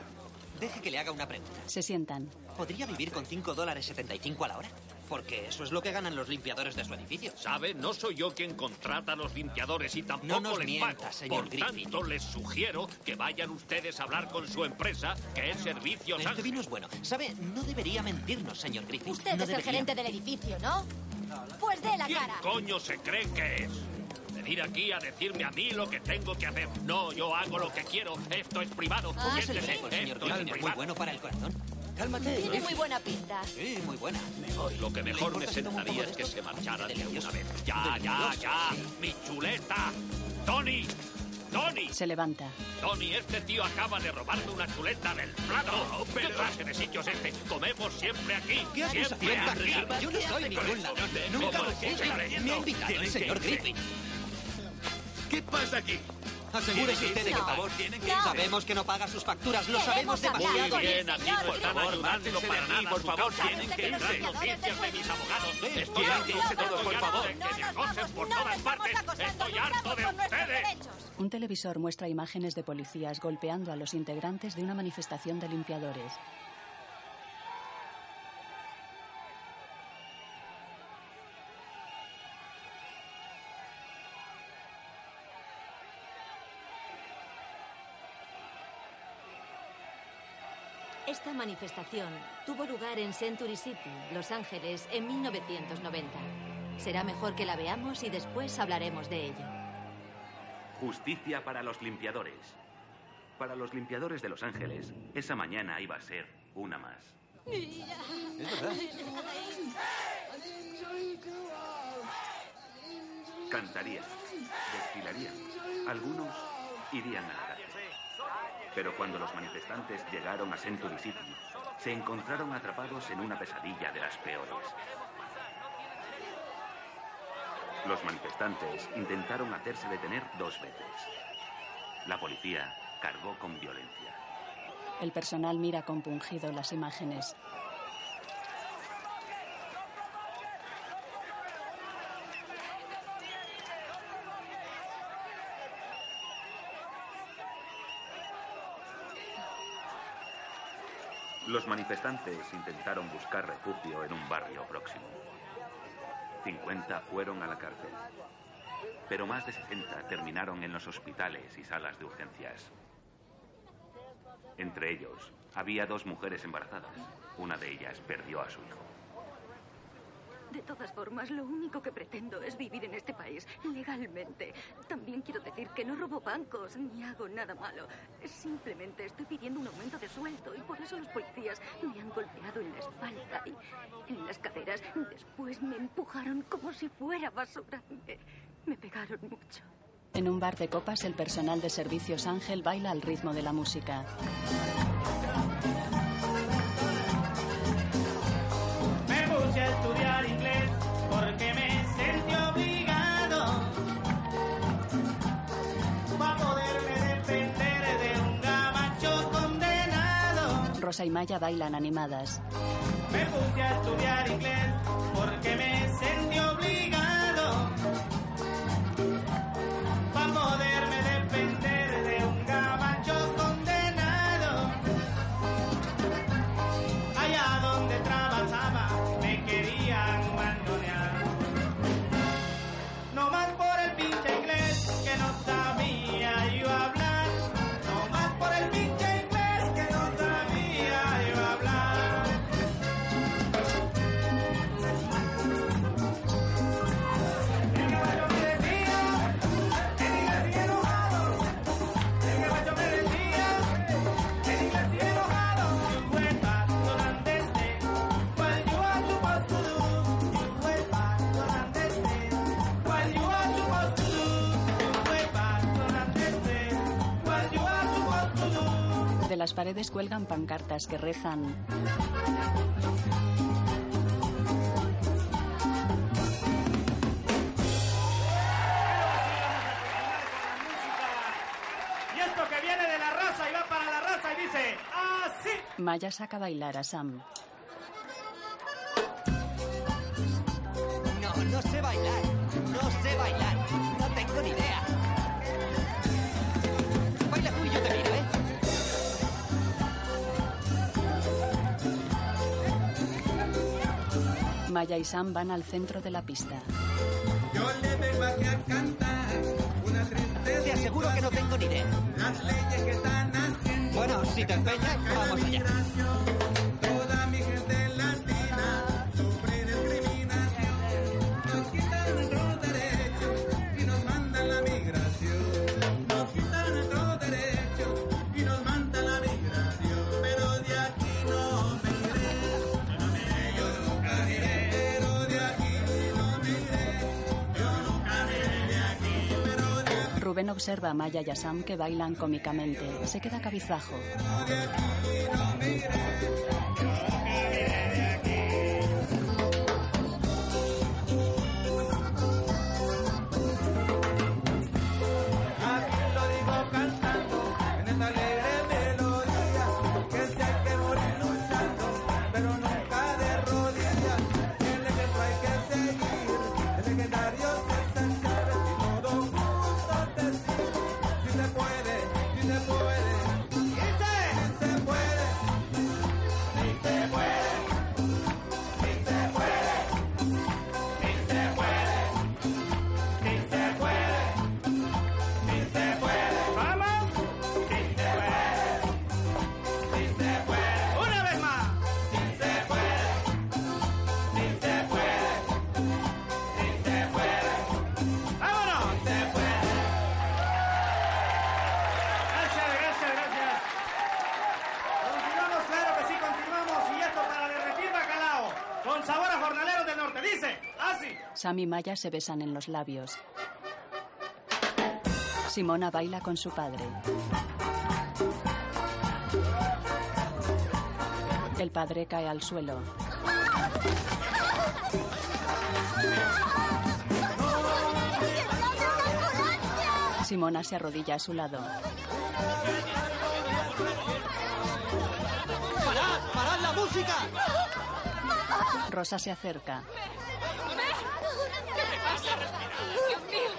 S15: Deje que le haga una pregunta.
S2: Se sientan.
S15: ¿Podría vivir con 5 dólares 75 a la hora? Porque eso es lo que ganan los limpiadores de su edificio.
S8: ¿Sabe? No soy yo quien contrata a los limpiadores y tampoco
S15: No nos
S8: les
S15: mienta,
S8: pago.
S15: señor
S8: Por
S15: Griffin.
S8: tanto, les sugiero que vayan ustedes a hablar con su empresa, que es Servicios
S15: Este vino es bueno. ¿Sabe? No debería mentirnos, señor Griffin.
S29: Usted
S15: No
S29: es el
S15: debería.
S29: gerente del edificio, ¿no? Pues dé la
S8: ¿Quién
S29: cara.
S8: coño se cree que es? Venir aquí a decirme a mí lo que tengo que hacer. No, yo hago lo que quiero. Esto es privado.
S29: Ah,
S15: es el
S8: Siéntese.
S15: récord, señor
S8: Esto
S15: Griffin.
S8: es
S15: Es muy
S8: privado.
S15: bueno para el corazón. Cálmate.
S29: Tiene muy buena pinta.
S15: Sí, muy buena.
S8: Lo que mejor me sentaría es que se marcharan de una vez. Ya, ya, ya. Mi chuleta. Tony. Tony.
S2: Se levanta.
S8: Tony, este tío acaba de robarme una chuleta del plato. ¿Qué clase de sitio es este? Comemos siempre aquí.
S15: ¿Qué haces
S8: siempre
S15: haciendo aquí?
S8: aquí.
S15: Yo no soy ningún ladrón. Nunca lo he sido. Me ha invitado el señor Griffin.
S6: ¿Qué pasa aquí?
S15: Asegúrese
S6: Tienen que
S15: usted de que
S6: irse ahora,
S15: paga.
S6: tienen que irse.
S15: Sabemos que no paga sus facturas. Lo sabemos
S6: Queremos hablar
S15: demasiado
S6: con el Muy bien, aquí señor. no están ayudando
S8: Mártense
S6: para
S8: de
S6: nada,
S8: mí, por
S6: su
S8: favor.
S6: causa.
S8: Tienen que
S6: Ustedes
S8: entrar
S6: son
S8: conciencias de mis abogados. Estoy
S6: Tienen
S8: harto
S6: que
S8: de
S6: irse todos,
S8: estoy
S6: por
S8: harto
S6: favor.
S8: de que me acosen por todas partes. Estoy harto de ustedes.
S2: Un televisor muestra imágenes de policías golpeando a los integrantes de una manifestación de limpiadores.
S30: Esta manifestación tuvo lugar en Century City, Los Ángeles, en 1990. Será mejor que la veamos y después hablaremos de ello.
S31: Justicia para los limpiadores. Para los limpiadores de Los Ángeles, esa mañana iba a ser una más.
S4: Mira.
S31: Es verdad. Cantarían, desfilarían. Algunos irían a la cárcel. Pero cuando los manifestantes llegaron a Century City, se encontraron atrapados en una pesadilla de las peores. Los manifestantes intentaron hacerse detener dos veces. La policía cargó con violencia.
S2: El personal mira compungido las imágenes.
S31: Los manifestantes intentaron buscar refugio en un barrio próximo. 50 fueron a la cárcel, pero más de 60 terminaron en los hospitales y salas de urgencias. Entre ellos había dos mujeres embarazadas. Una de ellas perdió a su hijo.
S5: De todas formas, lo único que pretendo es vivir en este país legalmente. También quiero decir que no robo bancos ni hago nada malo. Simplemente estoy pidiendo un aumento de sueldo y por eso los policías me han golpeado en la espalda y en las caderas. Después me empujaron como si fuera basura. Me, me pegaron mucho.
S2: En un bar de copas, el personal de servicios Ángel baila al ritmo de la música.
S4: Me puse a estudiar inglés porque me sentí obligado para poderme defender de un gabacho condenado.
S2: Rosa y Maya bailan animadas.
S4: Me puse a estudiar inglés porque me sentí obligado para poderme defender de un gabacho condenado. Allá donde trabajaba me querían mandonear. No más por el pinche inglés que no sabía yo hablar. No más por el pinche inglés que no sabía yo hablar.
S2: De las paredes cuelgan pancartas que rezan. Maya saca a bailar a Sam.
S32: No, no sé bailar. No sé bailar. No tengo ni idea. Baila tú y yo te miro, ¿eh?
S2: Maya y Sam van al centro de la pista.
S4: Yo le vengo aquí a cantar una tristeza. Te aseguro que no tengo ni idea. Las leyes que están haciendo. Bueno, si te empeñas, vamos allá. Toda mi gente latina sufre discriminación. Nos quitan nuestros derechos y nos mandan la migración. Nos quitan nuestros derechos y nos mandan la migración. Pero de aquí no me iré. No me iré, yo nunca me iré. Pero de aquí no me iré.
S2: Rubén observa a Maya y a Sam que bailan cómicamente. Se queda cabizbajo.
S4: Aquí lo digo cantando en esta alegre melodía que se hay que morir luchando, pero nunca de rodillas. En el ejemplo hay que seguir, el legendario César Chávez y todo mundo te sigue. Si se puede, si se puede, si se puede, si se puede, si se puede, si se puede, si se puede. Si se puede, vamos. Si se puede, si se puede. Una vez más. Si se puede, si se puede, si se puede. Vámonos. Si se puede. Gracias, gracias, gracias. Continuamos, claro que sí, continuamos. Y esto para derretir bacalao. Con sabor a jornaleros del norte, dice. Así.
S2: Sam y Maya se besan en los labios. Simona baila con su padre. El padre cae al suelo. Simona se arrodilla a su lado.
S6: ¡Parad! ¡Parad la música!
S2: Rosa se acerca.
S6: ¿Qué me pasa? Dios mío.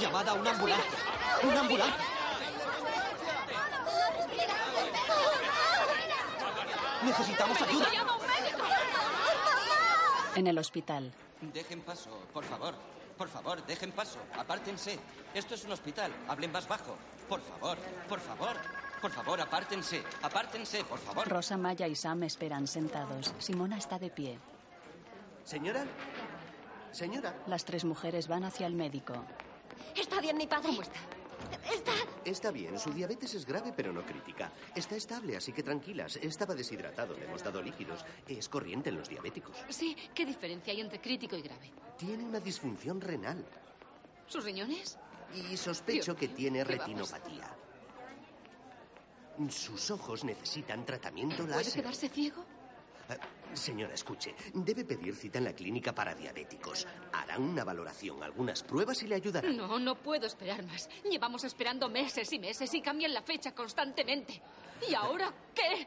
S33: Llamada a una ambulancia. ¡Una ambulancia!
S32: Necesitamos ayuda.
S6: ¡Llama a un médico!
S2: En el hospital,
S32: Dejen paso, por favor. Por favor, dejen paso. Apártense. Esto es un hospital. Hablen más bajo. Por favor, por favor. Por favor, apártense. Apártense, por favor.
S2: Rosa, Maya y Sam esperan sentados. Simona está de pie.
S32: Señora. Señora.
S2: Las tres mujeres van hacia el médico.
S5: ¿Está bien mi padre? ¿Cómo está?
S8: Está bien, su diabetes es grave pero no crítica. Está estable, así que tranquilas. Estaba deshidratado, le hemos dado líquidos. Es corriente en los diabéticos.
S13: Sí, ¿qué diferencia hay entre crítico y grave?
S8: Tiene una disfunción renal
S13: ¿Sus riñones?
S8: y sospecho que tiene
S13: ¿qué vamos?
S8: retinopatía. Sus ojos necesitan tratamiento
S13: ¿Puede
S8: láser.
S13: quedarse ciego?
S8: Eh, Señora, escuche, debe pedir cita en la clínica para diabéticos. Harán una valoración, algunas pruebas y le ayudarán.
S13: No, no puedo esperar más. Llevamos esperando meses y meses y cambian la fecha constantemente. ¿Y ahora qué?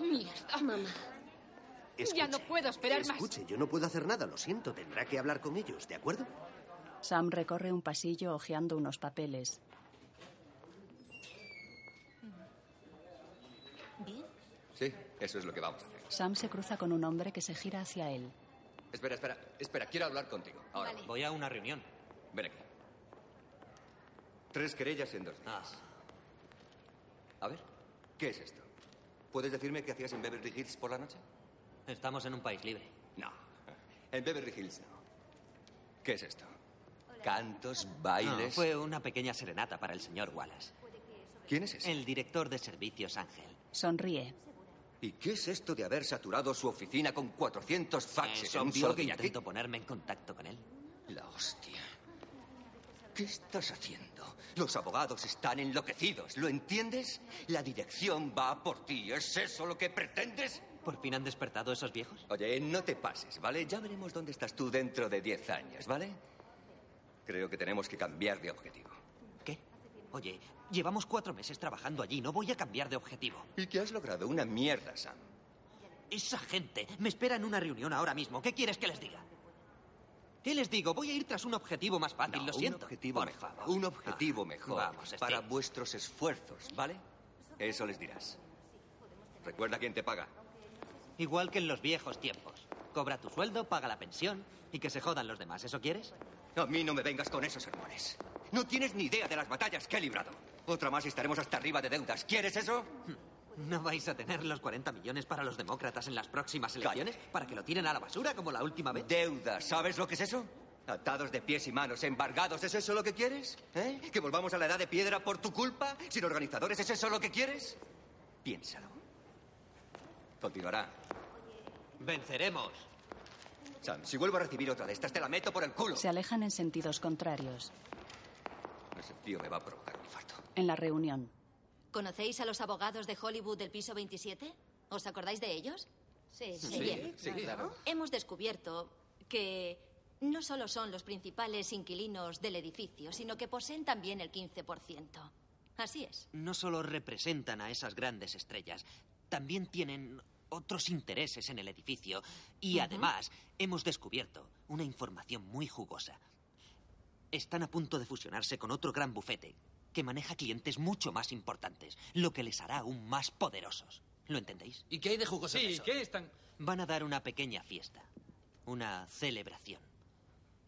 S13: Mierda. Mamá. Ya no puedo esperar más.
S8: Escuche, yo no puedo hacer nada, lo siento. Tendrá que hablar con ellos, ¿de acuerdo?
S2: Sam recorre un pasillo hojeando unos papeles.
S1: Sí, eso es lo que vamos a hacer.
S2: Sam se cruza con un hombre que se gira hacia él.
S1: Espera, espera, espera, quiero hablar contigo. Ahora. Voy a una reunión. Ven aquí.
S15: Tres querellas en dos
S34: Ah.
S15: días.
S1: A ver,
S15: ¿Qué es esto? ¿Puedes decirme qué hacías en Beverly Hills por la noche?
S34: Estamos en un país libre.
S15: No. En Beverly Hills no. ¿Qué es esto? Cantos, bailes.
S34: No, fue una pequeña serenata para el señor Wallace.
S15: ¿Quién es ese?
S34: El director de servicios, Ángel.
S2: Sonríe.
S15: ¿Y qué es esto de haber saturado su oficina con 400 faxes
S34: Es
S15: en un
S34: obvio
S15: solo
S34: que
S15: día?
S34: intento ponerme en contacto con él.
S15: La hostia. ¿Qué estás haciendo? Los abogados están enloquecidos, ¿lo entiendes? La dirección va por ti, ¿es eso lo que pretendes?
S34: ¿Por fin han despertado esos viejos?
S15: Oye, no te pases, ¿vale? Ya veremos dónde estás tú dentro de 10 años, ¿vale? Creo que tenemos que cambiar de objetivo.
S34: ¿Qué?
S15: Oye, llevamos cuatro meses trabajando allí. No voy a cambiar de objetivo.
S8: ¿Y qué has logrado? Una mierda, Sam.
S15: Esa gente me espera en una reunión ahora mismo. ¿Qué quieres que les diga? ¿Qué les digo? Voy a ir tras un objetivo más fácil, lo siento.
S8: Un objetivo
S15: Por
S8: mejor.
S15: favor.
S8: Un objetivo mejor.
S15: vamos, Steve.
S8: para vuestros esfuerzos, ¿vale? Eso les dirás. Recuerda quién te paga.
S15: Igual que en los viejos tiempos. Cobra tu sueldo, paga la pensión y que se jodan los demás. ¿Eso quieres?
S8: A mí no me vengas con esos sermones. No tienes ni idea de las batallas que he librado. Otra más y estaremos hasta arriba de deudas. ¿Quieres eso?
S15: Hmm. ¿No vais a tener los 40 millones para los demócratas en las próximas elecciones? ¿Para que lo tiren a la basura como la última vez?
S8: Deuda, ¿sabes lo que es eso? Atados de pies y manos, embargados, ¿es eso lo que quieres? ¿Eh? ¿Que volvamos a la edad de piedra por tu culpa? ¿Sin organizadores, es eso lo que quieres? Piénsalo. Continuará.
S15: Venceremos.
S8: Sam, si vuelvo a recibir otra de estas, te la meto por el culo.
S2: Se alejan en sentidos contrarios.
S8: Ese tío me va a provocar un infarto.
S2: En la reunión,
S10: ¿Conocéis a los abogados de Hollywood del piso 27? ¿Os acordáis de ellos? Sí,
S5: Sí,
S10: Bien.
S5: sí, claro.
S10: Hemos descubierto que no solo son los principales inquilinos del edificio, sino que poseen también el 15%. Así es.
S15: No solo representan a esas grandes estrellas, también tienen otros intereses en el edificio y
S10: Ujú.
S15: además hemos descubierto una información muy jugosa. Están a punto de fusionarse con otro gran bufete que maneja clientes mucho más importantes, lo que les hará aún más poderosos. ¿Lo entendéis?
S35: ¿Y qué hay de jugoso
S15: Sí,
S35: en eso?
S15: ¿qué Van a dar una pequeña fiesta, una celebración.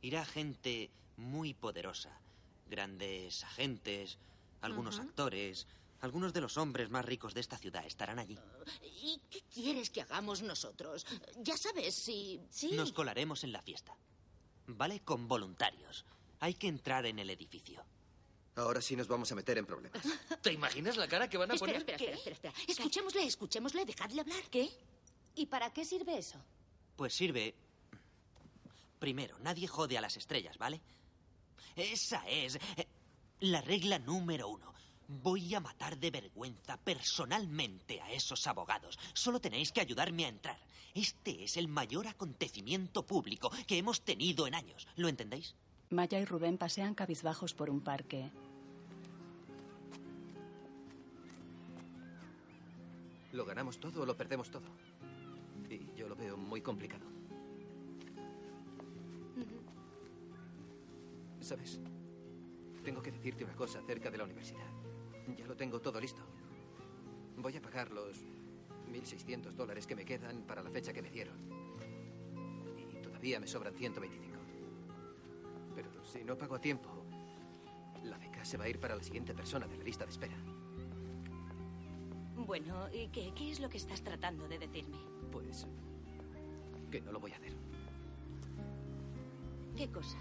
S15: Irá gente muy poderosa, grandes agentes, algunos
S13: Ujú.
S15: actores, algunos de los hombres más ricos de esta ciudad estarán allí.
S13: ¿Y qué quieres que hagamos nosotros? Ya sabes, si... Sí.
S15: Nos colaremos en la fiesta, ¿vale? Con voluntarios. Hay que entrar en el edificio.
S14: Ahora sí nos vamos a meter en problemas.
S35: ¿Te imaginas la cara que
S15: pues
S35: van a
S13: Espera,
S35: poner?
S13: espera, espera, espera, espera. Escuchémosle, escuchémosle, dejadle hablar. ¿Qué?
S10: ¿Y para qué sirve eso?
S15: Pues sirve... Primero, nadie jode a las estrellas, ¿vale? Esa es eh, la regla número uno. Voy a matar de vergüenza personalmente a esos abogados. Solo tenéis que ayudarme a entrar. Este es el mayor acontecimiento público que hemos tenido en años. ¿Lo entendéis?
S2: Maya y Rubén pasean cabizbajos por un parque.
S14: Lo ganamos todo o lo perdemos todo. Y yo lo veo muy complicado. ¿Sabes? Tengo que decirte una cosa acerca de la universidad. Ya lo tengo todo listo. Voy a pagar los 1.600 dólares que me quedan para la fecha que me dieron. Y todavía me sobran 125. Pero si no pago a tiempo, la beca se va a ir para la siguiente persona de la lista de espera.
S10: Bueno, ¿y qué, qué es lo que estás tratando de decirme?
S14: Pues... que no lo voy a hacer.
S10: ¿Qué cosa?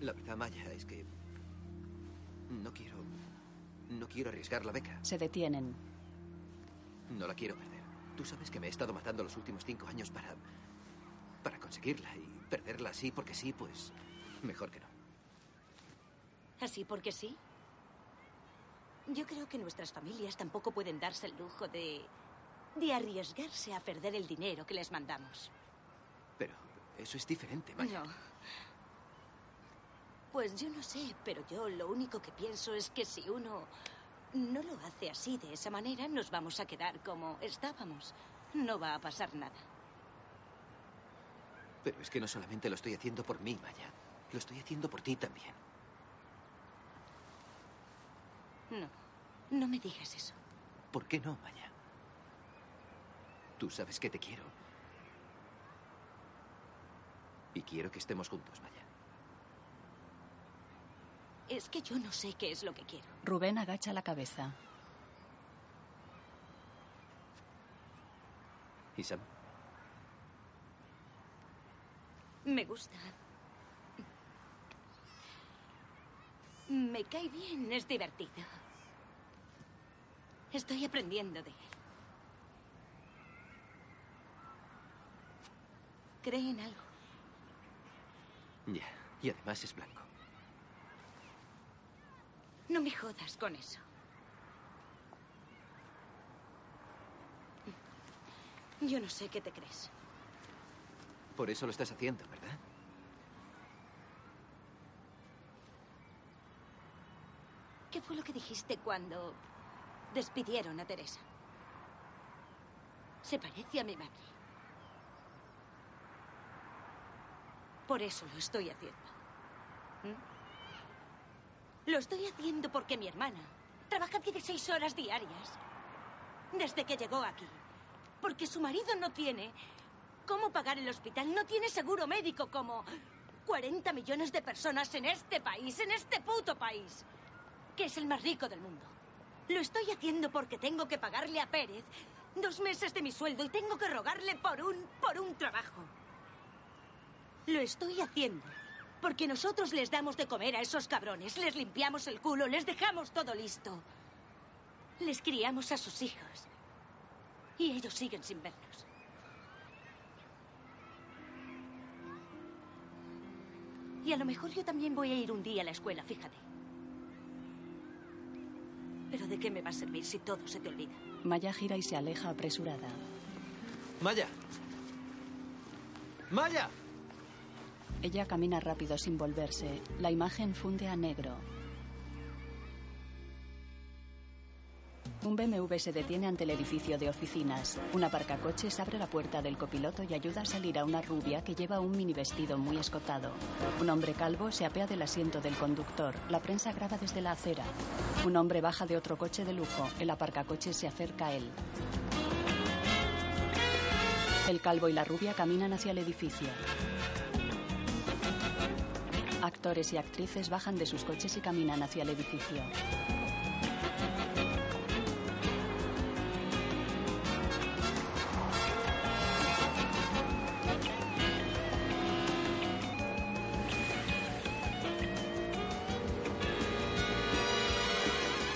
S14: La verdad, Maya, es que no quiero no quiero arriesgar la beca.
S2: Se detienen.
S14: No la quiero perder. Tú sabes que me he estado matando los últimos cinco años para para conseguirla y perderla así porque sí, pues mejor que no.
S10: ¿Así porque sí? Yo creo que nuestras familias tampoco pueden darse el lujo de... de arriesgarse a perder el dinero que les mandamos.
S14: Pero eso es diferente, Maya.
S10: No. Pues yo no sé, pero yo lo único que pienso es que si uno no lo hace así, de esa manera, nos vamos a quedar como estábamos. No va a pasar nada.
S14: Pero es que no solamente lo estoy haciendo por mí, Maya. Lo estoy haciendo por ti también.
S10: No. No me digas eso.
S14: ¿Por qué no, Maya? Tú sabes que te quiero. Y quiero que estemos juntos, Maya.
S10: Es que yo no sé qué es lo que quiero.
S2: Rubén agacha la cabeza.
S14: ¿Y Sam?
S10: Me gusta. Me cae bien, es divertido. Estoy aprendiendo de él. Cree en algo.
S14: Ya. Y además es blanco.
S10: No me jodas con eso. Yo no sé qué te crees.
S14: Por eso lo estás haciendo, ¿verdad?
S10: ¿Qué fue lo que dijiste cuando despidieron a Teresa? Se parece a mi madre. Por eso lo estoy haciendo. ¿Mm? Lo estoy haciendo porque mi hermana trabaja 16 horas diarias desde que llegó aquí. Porque su marido no tiene cómo pagar el hospital, no tiene seguro médico como 40 millones de personas en este país, en este puto país, que es el más rico del mundo. Lo estoy haciendo porque tengo que pagarle a Pérez dos meses de mi sueldo y tengo que rogarle por un, por un trabajo. Lo estoy haciendo porque nosotros les damos de comer a esos cabrones, les limpiamos el culo, les dejamos todo listo. Les criamos a sus hijos. Y ellos siguen sin vernos. Y a lo mejor yo también voy a ir un día a la escuela, fíjate. Pero ¿de qué me va a servir si todo se te olvida?
S2: Maya gira y se aleja apresurada.
S36: Maya. Maya.
S2: Ella camina rápido sin volverse. La imagen funde a negro. Un BMW se detiene ante el edificio de oficinas. Un aparcacoches abre la puerta del copiloto y ayuda a salir a una rubia que lleva un mini vestido muy escotado. Un hombre calvo se apea del asiento del conductor. La prensa graba desde la acera. Un hombre baja de otro coche de lujo. El aparcacoches se acerca a él. El calvo y la rubia caminan hacia el edificio. Actores y actrices bajan de sus coches y caminan hacia el edificio.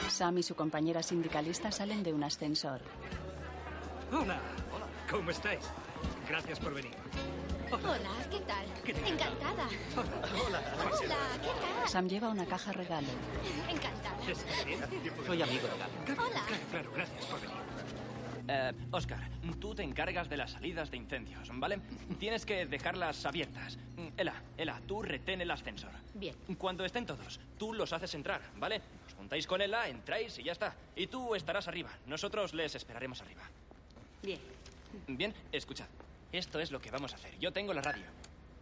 S2: Sam y su compañera sindicalista salen de un ascensor.
S37: Hola. Hola. ¿Cómo estáis? Gracias por venir.
S6: Hola, ¿qué tal? Encantada.
S37: Hola.
S6: Hola, ¿qué tal?
S2: Sam lleva una caja regalo.
S6: Encantada.
S37: Soy amigo de Gaby.
S6: Hola.
S37: Claro, gracias por venir.
S27: Eh, Oscar, tú te encargas de las salidas de incendios, ¿vale? Tienes que dejarlas abiertas. Mm, Ela, Ela, tú retén el ascensor.
S6: Bien.
S27: Cuando estén todos, tú los haces entrar, ¿vale? Os juntáis con Ela, entráis y ya está. Y tú estarás arriba. Nosotros les esperaremos arriba.
S10: Bien.
S27: Bien, escuchad. Esto es lo que vamos a hacer. Yo tengo la radio.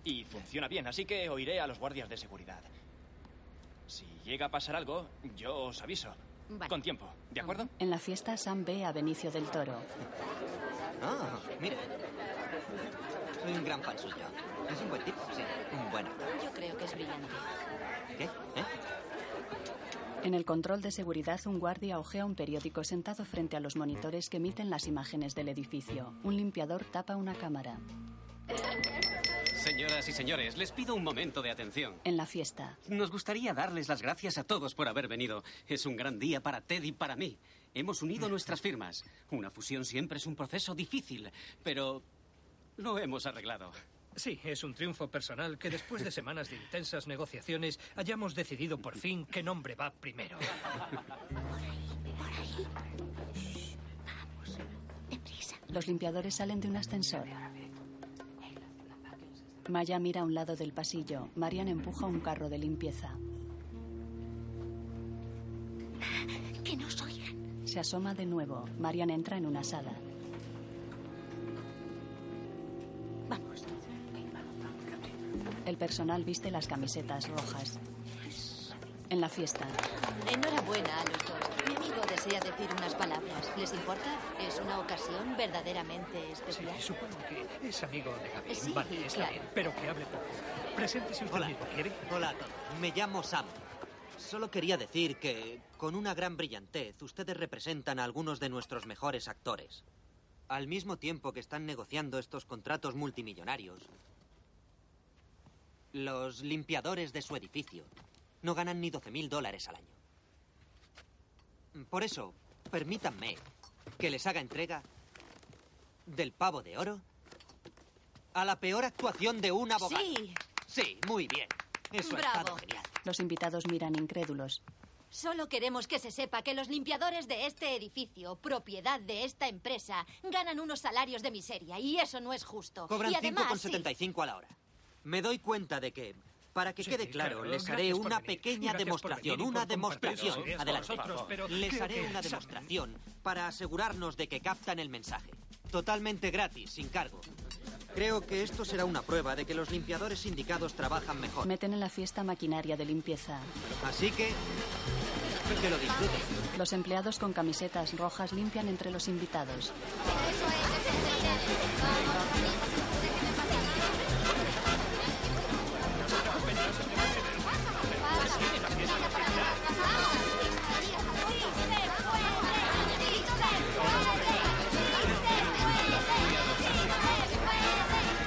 S27: Y funciona bien, así que oiré a los guardias de seguridad. Si llega a pasar algo, yo os aviso.
S6: Vale.
S27: Con tiempo, ¿de acuerdo?
S2: En la fiesta, Sam ve a Benicio del Toro.
S15: Ah, mira. Soy un gran fan suyo. Es un buen tipo, sí. Un buen actor.
S6: Yo creo que es brillante.
S15: ¿Qué? ¿Eh?
S2: En el control de seguridad, un guardia ojea un periódico sentado frente a los monitores que emiten las imágenes del edificio. Un limpiador tapa una cámara.
S8: Señoras y señores, les pido un momento de atención.
S2: En la fiesta,
S8: Nos gustaría darles las gracias a todos por haber venido. Es un gran día para Ted y para mí. Hemos unido nuestras firmas. Una fusión siempre es un proceso difícil, pero lo hemos arreglado.
S37: Sí, es un triunfo personal que después
S27: *laughs*
S37: de semanas de intensas negociaciones hayamos decidido por fin qué nombre va primero.
S2: los limpiadores salen de un ascensor. Maya mira a un lado del pasillo. Marian empuja un carro de limpieza.
S6: Que nos oigan.
S2: Se asoma de nuevo. Marian entra en una sala.
S10: Vamos.
S2: El personal viste las camisetas rojas. En la fiesta,
S5: Enhorabuena a los dos. Mi amigo desea decir unas palabras. ¿Les importa? Es una ocasión verdaderamente especial.
S37: Supongo que es amigo de Gaby.
S5: *laughs* Sí,
S37: vale, está
S5: claro.
S37: bien, pero que hable poco. Preséntese usted
S15: Hola.
S37: mismo, ¿quiere?
S15: Hola a todos. Me llamo Sam. Solo quería decir que, con una gran brillantez, ustedes representan a algunos de nuestros mejores actores. Al mismo tiempo que están negociando estos contratos multimillonarios, los limpiadores de su edificio no ganan ni 12.000 dólares al año. Por eso, permítanme que les haga entrega del pavo de oro a la peor actuación de un abogado.
S5: Sí.
S15: Sí, muy bien. Eso ha
S5: Bravo.
S15: estado genial.
S2: los invitados miran incrédulos.
S38: Solo queremos que se sepa que los limpiadores de este edificio, propiedad de esta empresa, ganan unos salarios de miseria y eso no es justo.
S15: Cobran
S38: y además, sí,
S15: 5,75 a la hora. Me doy cuenta de que, para que quede claro,
S39: claro,
S15: les
S39: gracias
S15: haré
S39: por
S15: una
S39: venir. Gracias
S15: pequeña
S39: por
S15: demostración.
S39: venir y
S15: Una
S39: por compartir
S15: demostración.
S39: las ideas con
S15: Adelante.
S39: nosotros, pero
S15: les
S39: creo
S15: haré
S39: que-
S15: una demostración para asegurarnos de que captan el mensaje. Totalmente gratis, sin cargo. Creo que esto será una prueba de que los limpiadores sindicados trabajan mejor.
S2: Meten en la fiesta maquinaria de limpieza.
S15: Así que. Que lo disfruten.
S2: Los empleados con camisetas rojas limpian entre los invitados.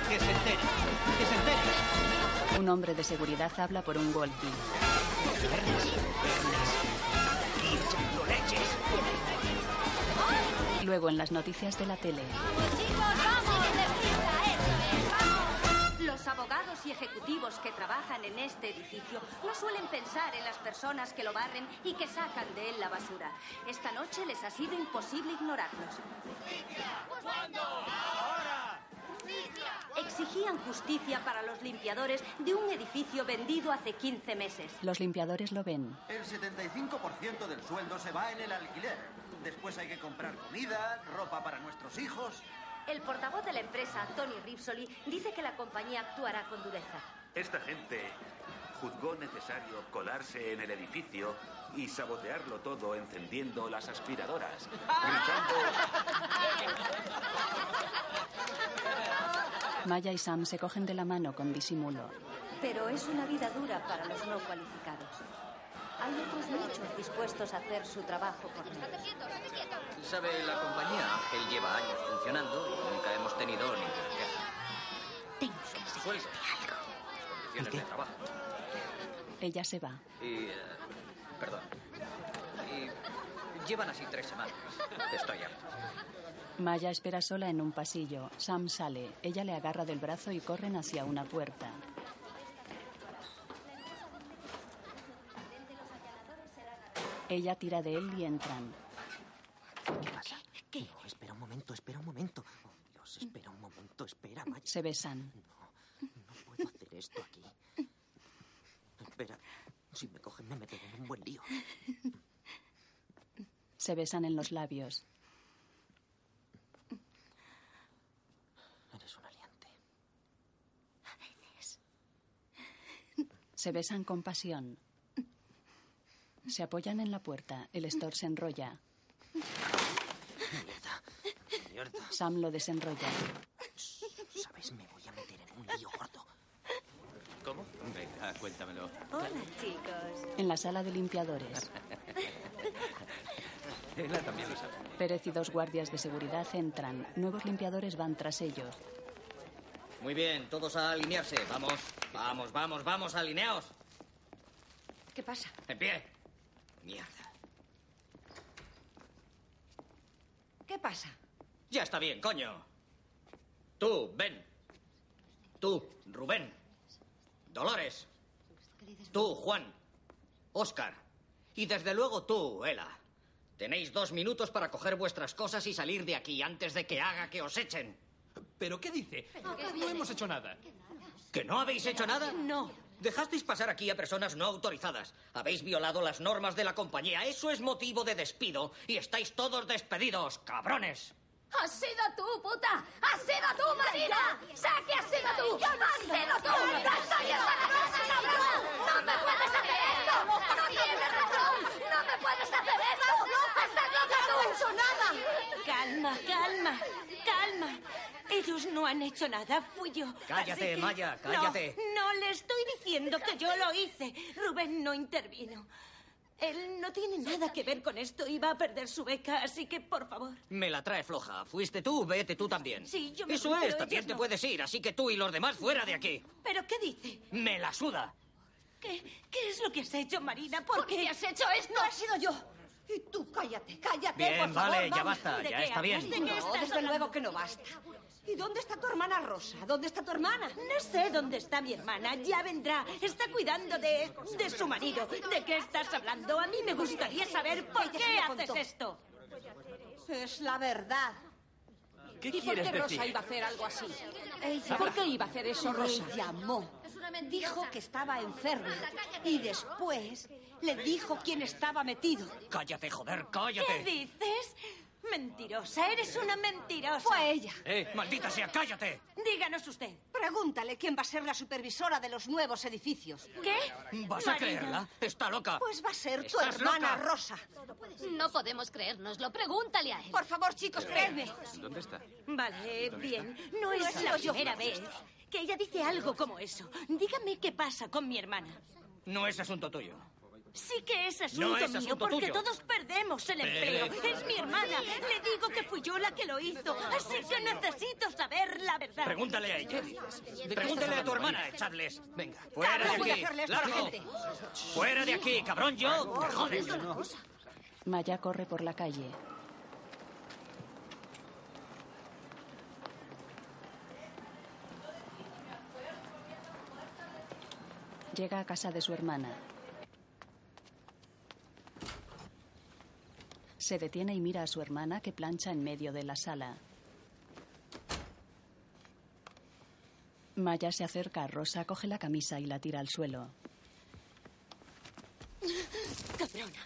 S15: Que se enteren. Que se enteren.
S2: Un hombre de seguridad habla por un walkie. Luego en las noticias de la tele.
S5: Los abogados y ejecutivos que trabajan en este edificio no suelen pensar en las personas que lo barren y que sacan de él la basura. Esta noche les ha sido imposible ignorarlos. Exigían justicia para los limpiadores de un edificio vendido hace 15 meses.
S2: Los limpiadores lo ven.
S27: El 75% del sueldo se va en el alquiler. Después hay que comprar comida, ropa para nuestros hijos.
S5: El portavoz de la empresa, Tony Ripsoli, dice que la compañía actuará con dureza.
S31: Esta gente juzgó necesario colarse en el edificio y sabotearlo todo encendiendo las aspiradoras.
S2: Maya y Sam se cogen de la mano con disimulo.
S5: Pero es una vida dura para los no cualificados. Hay otros muchos dispuestos a hacer su trabajo por nosotros.
S12: Sabe, la compañía Ángel lleva años funcionando y nunca hemos tenido ninguna queja. Sueldo. Condiciones de trabajo.
S2: Ella se va.
S12: Y. eh, perdón. Y. Llevan así tres semanas. Estoy harto.
S2: Maya espera sola en un pasillo. Sam sale. Ella le agarra del brazo y corren hacia una puerta. Ella tira de él y entran.
S15: ¿Qué pasa? No, espera un momento, espera un momento. Oh, Dios, espera un momento, espera, Maya.
S2: Se besan.
S15: puedo hacer esto aquí. Espera, si me cogen me meten en un buen lío.
S2: Se besan en los labios.
S15: Eres un aliante.
S2: Se besan con pasión. Se apoyan en la puerta. El store se enrolla.
S15: Mierda.
S2: Sam lo desenrolla.
S15: ¿Sabes? Me voy a meter en un lío gordo.
S40: ¿Cómo? Venga,
S8: *laughs*
S40: cuéntamelo.
S5: Hola, chicos.
S2: En la sala de limpiadores,
S40: Ella también lo sabe.
S2: Pérez y dos guardias de seguridad entran. Nuevos limpiadores van tras ellos.
S12: Muy bien, todos a alinearse. Vamos, vamos, vamos, vamos, alineaos.
S5: ¿Qué pasa?
S12: En pie. Mierda.
S5: ¿Qué pasa?
S12: Ya está bien, coño. Tú, Ben. Tú, Rubén. Dolores. Tú, Juan. Oscar. Y desde luego tú, Ela. Tenéis dos minutos para coger vuestras cosas y salir de aquí antes de que haga que os echen. ¿Pero qué dice?
S41: No hemos hecho nada.
S12: ¿Que no habéis hecho nada? No. Dejasteis pasar aquí a personas no autorizadas. Habéis violado las normas de la compañía. Eso es motivo de despido. Y estáis todos despedidos, cabrones.
S42: ¡Has sido tú, puta! ¡Has sido tú, Marina! ¡Sé que has sido tú! ¡Has sido tú! ¡Te estoy embarazada, cabrón! ¡No me puedes hacer esto! ¡No tienes razón! ¡No me puedes hacer esto! ¡Estás loca tú!
S10: ¡No he hecho nada! Calma, calma, calma. Ellos no han hecho nada, fui yo.
S12: Cállate,
S10: Así que-
S12: Maya, cállate.
S10: No, no le estoy diciendo que yo lo hice. Rubén no intervino. Él no tiene nada que ver con esto y va a perder su beca, así que por favor.
S12: Me la trae floja. Fuiste tú, vete tú también.
S10: Sí, yo me
S12: Eso
S10: fui, pero
S12: es, también
S10: ellos
S12: te
S10: no.
S12: puedes ir, así que tú y los demás fuera de aquí.
S10: ¿Pero qué dice?
S12: Me la suda.
S10: ¿Qué, qué es lo que has hecho, Marina? ¿Por, qué? has hecho esto?
S42: No ha sido yo. Y tú cállate, cállate,
S12: Bien,
S42: por favor.
S12: vale, ya
S42: vamos.
S10: este
S12: basta, ¿De ya qué está hablas? bien. ¿De qué
S42: No, estás desde hablando? luego que no basta.
S10: ¿Y dónde está tu hermana Rosa? ¿Dónde está tu hermana? No sé dónde está mi hermana. Ya vendrá. Está cuidando de, de su marido. ¿De qué estás hablando? A mí me gustaría saber por
S13: Ella
S10: qué
S13: se lo
S10: haces
S13: contó.
S10: esto. Es la verdad.
S13: ¿Y
S10: ¿Qué
S13: por qué Rosa iba a hacer algo así? ¿Por qué iba a hacer eso Rosa?
S10: Me llamó. Dijo que estaba enferma. Y después le dijo quién estaba metido.
S12: Cállate, joder,
S10: ¿Qué
S12: cállate.
S10: dices? Mentirosa, eres una mentirosa. Fue ella.
S12: ¡Eh, maldita sea, cállate!
S10: Díganos usted. Pregúntale quién va a ser la supervisora de los nuevos edificios. ¿Qué?
S12: ¿Vas a creerla? ¡Está loca!
S10: Pues va a ser tu
S12: Estás
S10: hermana
S12: loca.
S10: Rosa.
S7: No podemos creérnoslo. Pregúntale a él.
S10: Por favor, chicos, creedme.
S5: ¿Dónde está?
S10: Vale,
S5: ¿Dónde
S10: bien. No es la primera vez que ella dice algo como eso. Dígame qué pasa con mi hermana.
S12: No es asunto tuyo.
S10: Sí que es asunto,
S12: es asunto
S10: mío, porque
S12: tuyo.
S10: todos perdemos el empleo.
S12: Eh.
S10: Es mi hermana. Le digo que fui yo la que lo hizo. Así que necesito saber la verdad.
S12: Pregúntale a ella. Pregúntale a tu hermana, echadles. Venga,
S10: Cabrón,
S12: fuera
S10: voy
S12: de
S10: a
S12: aquí.
S10: hacerle esto a la
S12: ¡Largo!
S10: gente.
S12: ¡Fuera de aquí, cabrón! ¡Yo! ¡Me jodes!
S2: Maya corre por la calle. Llega a casa de su hermana. Se detiene y mira a su hermana que plancha en medio de la sala. Maya se acerca a Rosa, coge la camisa y la tira al suelo.
S10: Cabrona.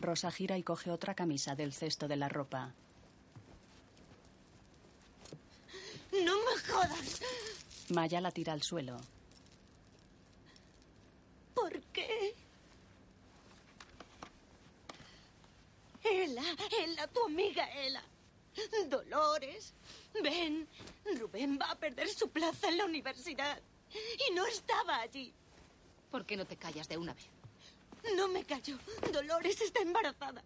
S2: Rosa gira y coge otra camisa del cesto de la ropa.
S10: No me jodas.
S2: Maya la tira al suelo.
S10: ¿Por qué? Ela, Ela, tu amiga Ela. Dolores, ven. Rubén va a perder su plaza en la universidad. Y no estaba allí.
S13: ¿Por qué no te callas de una vez?
S10: No me cayó. Dolores está embarazada.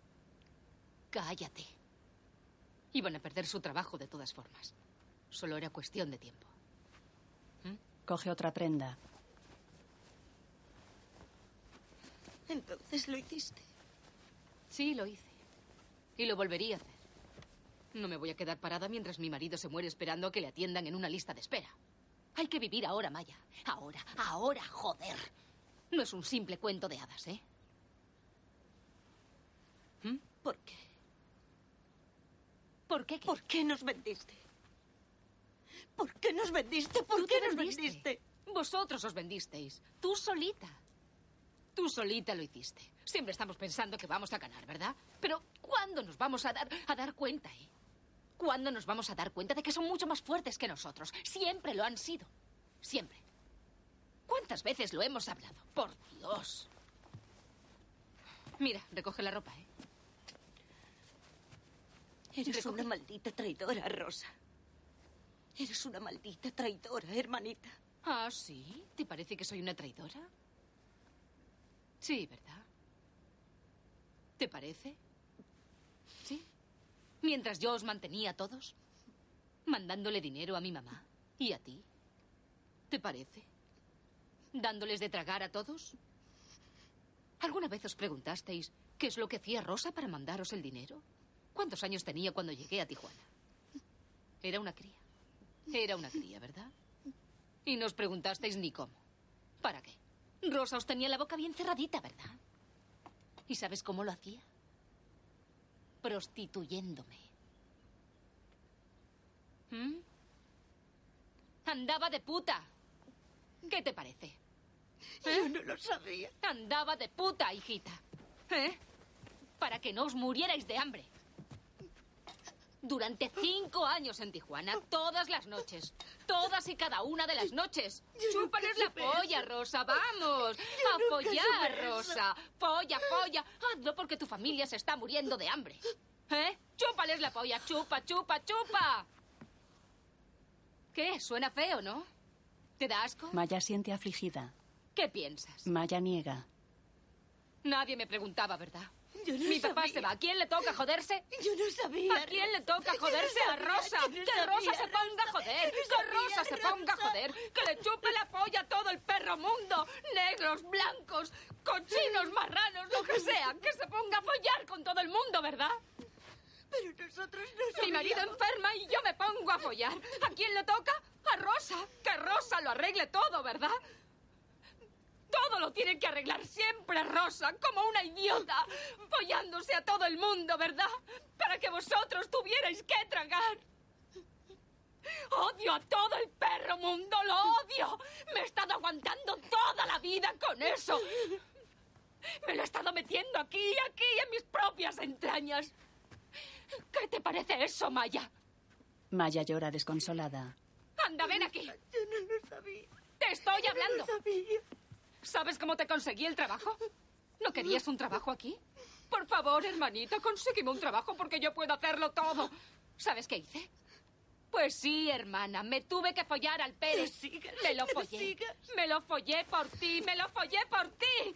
S13: Cállate. Iban a perder su trabajo de todas formas. Solo era cuestión de tiempo.
S2: Coge otra prenda.
S10: Entonces lo hiciste.
S13: Sí, lo hice. Y lo volvería a hacer. No me voy a quedar parada mientras mi marido se muere esperando a que le atiendan en una lista de espera. Hay que vivir ahora, Maya. Ahora, ahora, joder. No es un simple cuento de hadas, ¿eh? ¿Mm?
S10: ¿Por qué? ¿Por qué? ¿Por qué nos vendiste? ¿Por qué nos vendiste? ¿Por qué nos vendiste?
S13: Vosotros os vendisteis. Tú solita. Tú solita lo hiciste. Siempre estamos pensando que vamos a ganar, ¿verdad? Pero ¿cuándo nos vamos a dar, a dar cuenta, eh? ¿Cuándo nos vamos a dar cuenta de que son mucho más fuertes que nosotros? Siempre lo han sido. Siempre. ¿Cuántas veces lo hemos hablado? Por Dios. Mira, recoge la ropa, ¿eh?
S10: Eres
S13: Recoge-
S10: una maldita traidora, Rosa. Eres una maldita traidora, hermanita.
S13: Ah, sí. ¿Te parece que soy una traidora? Sí, ¿verdad? ¿Te parece? Sí. Mientras yo os mantenía a todos, mandándole dinero a mi mamá y a ti. ¿Te parece? Dándoles de tragar a todos. ¿Alguna vez os preguntasteis qué es lo que hacía Rosa para mandaros el dinero? ¿Cuántos años tenía cuando llegué a Tijuana? Era una cría. Era una cría, ¿verdad? Y nos preguntasteis ni cómo. ¿Para qué? Rosa os tenía la boca bien cerradita, ¿verdad? ¿Y sabes cómo lo hacía? Prostituyéndome. ¿Mm? Andaba de puta. ¿Qué te parece? Yo
S10: no lo sabía.
S13: Andaba de puta, hijita. ¿Eh? Para que no os murierais de hambre. Durante cinco años en Tijuana, todas las noches. Todas y cada una de las noches. Chúpales la polla, Rosa, vamos.
S7: Yo nunca
S13: Apoyar,
S7: supe eso.
S13: Rosa. Polla, polla. Hazlo porque tu familia se está muriendo de hambre. ¿Eh? Chúpales la polla, chupa, chupa, chupa. ¿Qué? Suena feo, ¿no? ¿Te da asco?
S2: Maya siente afligida.
S13: ¿Qué piensas?
S2: Maya niega.
S13: Nadie me preguntaba, ¿verdad? Mi papá se va. ¿A quién le toca joderse?
S10: Yo no sabía.
S13: ¿A quién le toca
S10: Yo no
S13: joderse? a
S10: sabía,
S13: Rosa.
S10: yo no
S13: que
S10: sabía,
S13: Rosa se
S10: Rosa.
S13: ponga a joder.
S10: Yo no
S13: que Rosa se
S10: sabía,
S13: ponga a
S10: Rosa.
S13: joder. Que le chupe la polla a todo el perro mundo. Negros, blancos, cochinos, marranos, lo que sea. Que se ponga a follar con todo el mundo, ¿verdad?
S10: Pero no Nosotros no
S7: Mi marido
S10: sabíamos.
S7: enferma y yo me pongo a follar. ¿A quién le toca? A Rosa. Que Rosa lo arregle todo, ¿verdad? Todo lo tiene que arreglar siempre Rosa, como una idiota, follándose a todo el mundo, ¿verdad? Para que vosotros tuvierais que tragar. Odio a todo el perro mundo, lo odio. Me he estado aguantando toda la vida con eso. Me lo he estado metiendo aquí, aquí, en mis propias entrañas. ¿Qué te parece eso, Maya?
S2: Maya llora desconsolada.
S7: Anda, ven aquí. Yo no lo sabía. Te estoy hablando. ¿Sabes cómo te conseguí el trabajo? ¿No querías un trabajo aquí? Por favor, hermanita, consígueme un trabajo porque yo puedo hacerlo todo. ¿Sabes qué hice? Pues sí, hermana, me tuve que follar al Pérez. me lo
S10: no
S7: follé. Me lo follé por ti, me lo follé por ti.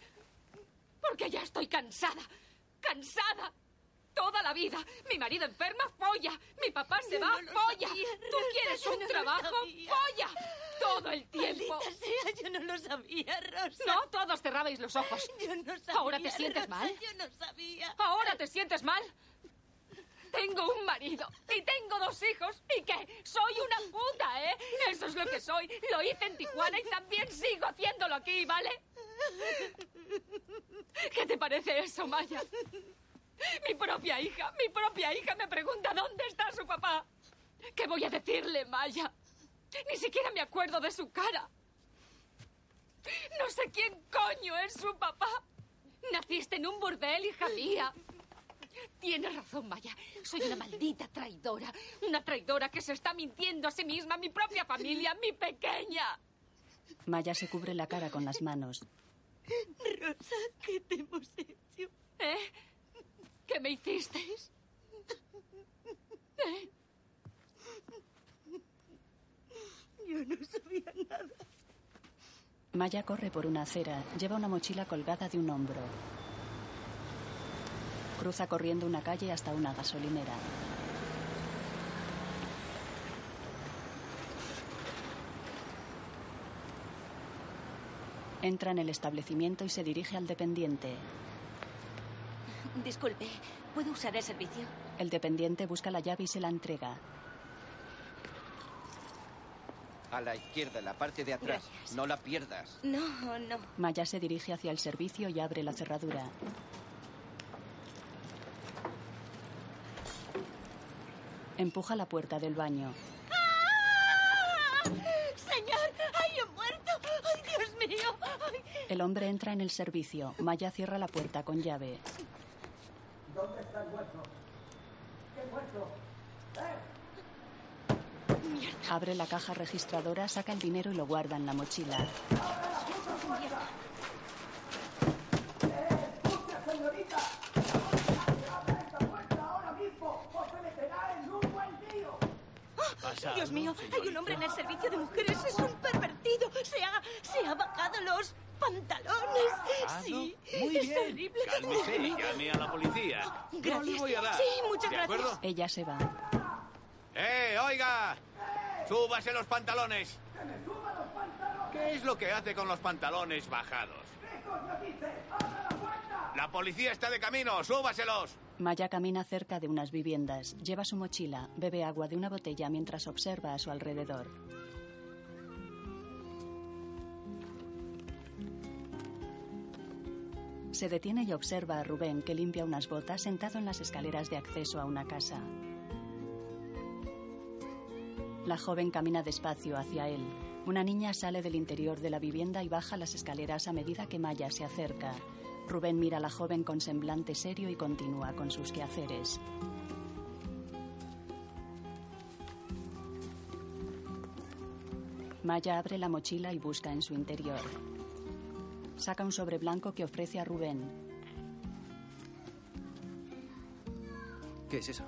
S7: Porque ya estoy cansada. Cansada. Toda la vida. Mi marido enferma, folla. Mi papá se
S10: Yo
S7: va,
S10: no lo
S7: folla.
S10: sabía,
S7: Tú
S10: Rosa,
S7: quieres
S10: yo
S7: un
S10: no lo
S7: trabajo,
S10: sabía.
S7: folla. Todo el tiempo.
S10: Maldita sea, yo no lo sabía, Rosa.
S7: No, todos cerrabais los ojos.
S10: Yo no sabía.
S7: ¿Ahora te sientes
S10: Rosa,
S7: mal?
S10: Yo no sabía.
S7: ¿Ahora te sientes mal? Tengo un marido y tengo dos hijos. ¿Y qué? Soy una puta, ¿eh? Eso es lo que soy. Lo hice en Tijuana y también sigo haciéndolo aquí, ¿vale? ¿Qué te parece eso, Maya? Mi propia hija, mi propia hija me pregunta dónde está su papá. ¿Qué voy a decirle, Maya? Ni siquiera me acuerdo de su cara. No sé quién coño es su papá. Naciste en un burdel, hija mía. Tienes razón, Maya. Soy una maldita traidora. Una traidora que se está mintiendo a sí misma, a mi propia familia, a mi pequeña.
S2: Maya se cubre la cara con las manos.
S7: Rosa, ¿qué te hemos hecho? ¿Eh? ¿Qué me hicisteis? ¿Eh?
S10: Yo no sabía nada.
S2: Maya corre por una acera, lleva una mochila colgada de un hombro. Cruza corriendo una calle hasta una gasolinera. Entra en el establecimiento y se dirige al dependiente.
S10: Disculpe, ¿puedo usar el servicio?
S2: El dependiente busca la llave y se la entrega.
S3: A la izquierda, la parte de atrás. No la pierdas.
S10: No, no.
S2: Maya se dirige hacia el servicio y abre la cerradura. Empuja la puerta del baño.
S10: ¡Ah! Señor, hay un muerto. ¡Ay, Dios mío! ¡Ay!
S2: El hombre entra en el servicio. Maya cierra la puerta con llave.
S6: ¿Dónde está el muerto? ¿Qué muerto?
S2: Abre la caja registradora, saca el dinero y lo guarda en la mochila.
S6: ¡Puta señorita! ¡Abra esta puerta ahora mismo o se meterá en un buen lío!
S10: ¡Ah! Dios mío, hay un hombre en el servicio de mujeres. Es un pervertido. Se ha, se ha bajado los pantalones.
S4: ¿Ah,
S10: Sí,
S4: no? Muy
S10: es
S4: bien.
S10: terrible.
S4: Cálmese y llame a la policía.
S10: Gracias.
S4: No le voy a dar.
S10: Sí, muchas
S4: ¿De
S10: gracias.
S4: acuerdo?
S2: Ella se va.
S4: ¡Eh, oiga! ¡Súbase los pantalones! ¿Qué es lo que hace con los pantalones bajados? ¡La policía está de camino! ¡Súbaselos!
S2: Maya camina cerca de unas viviendas, lleva su mochila, bebe agua de una botella mientras observa a su alrededor. Se detiene y observa a Rubén que limpia unas botas sentado en las escaleras de acceso a una casa. La joven camina despacio hacia él. Una niña sale del interior de la vivienda y baja las escaleras a medida que Maya se acerca. Rubén mira a la joven con semblante serio y continúa con sus quehaceres. Maya abre la mochila y busca en su interior. Saca un sobre blanco que ofrece a Rubén.
S3: ¿Qué es eso?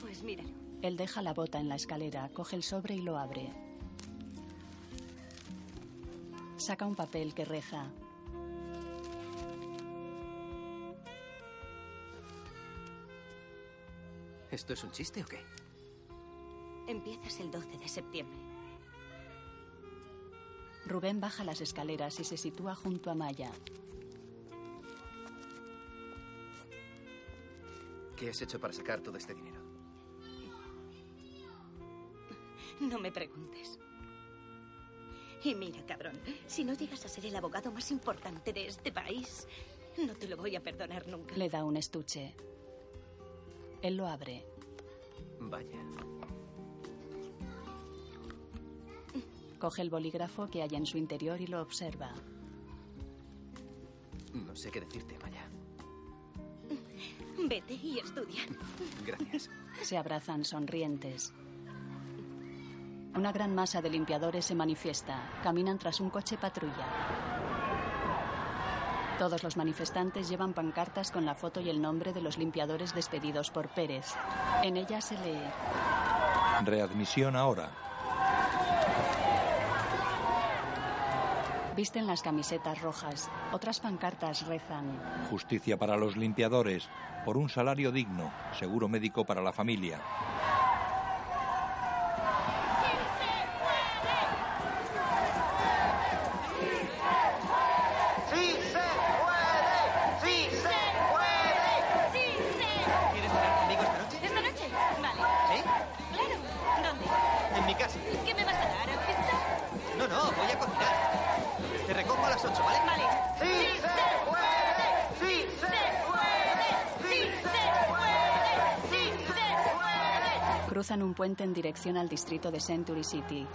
S10: Pues míralo.
S2: Él deja la bota en la escalera, coge el sobre y lo abre. Saca un papel que reja.
S3: ¿Esto es un chiste o qué?
S10: Empiezas el 12 de septiembre.
S2: Rubén baja las escaleras y se sitúa junto a Maya.
S3: ¿Qué has hecho para sacar todo este dinero?
S10: No me preguntes. Y mira, cabrón, si no llegas a ser el abogado más importante de este país, no te lo voy a perdonar nunca.
S2: Le da un estuche. Él lo abre.
S3: Vaya.
S2: Coge el bolígrafo que hay en su interior y lo observa.
S3: No sé qué decirte, Maya.
S10: Vete y estudia.
S3: Gracias.
S2: Se abrazan sonrientes. Una gran masa de limpiadores se manifiesta. Caminan tras un coche patrulla. Todos los manifestantes llevan pancartas con la foto y el nombre de los limpiadores despedidos por Pérez. En ellas se lee
S1: Readmisión ahora.
S2: Visten las camisetas rojas. Otras pancartas rezan.
S1: Justicia para los limpiadores. Por un salario digno. Seguro médico para la familia.
S6: ¡Sí se puede! ¡Sí se puede! ¡Sí se
S27: ¿Quieres cenar conmigo esta noche?
S10: ¿Esta noche? Vale.
S27: ¿Sí?
S10: Claro. ¿Dónde?
S27: En mi casa.
S10: ¿Qué me vas a dar? ¿A pizza?
S27: No, no, voy a cocinar. Te recojo a las 8, ¿vale?
S10: Vale.
S6: ¡Sí se puede! ¡Sí se puede! ¡Sí se puede! ¡Sí se puede!
S2: Cruzan un puente en dirección al distrito de Century City.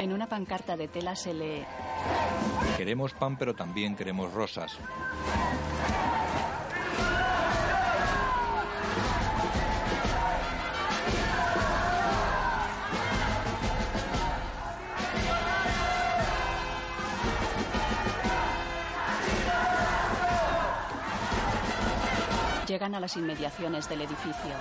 S2: En una pancarta de tela se lee
S1: Queremos pan, pero también queremos rosas.
S2: Llegan a las inmediaciones del edificio.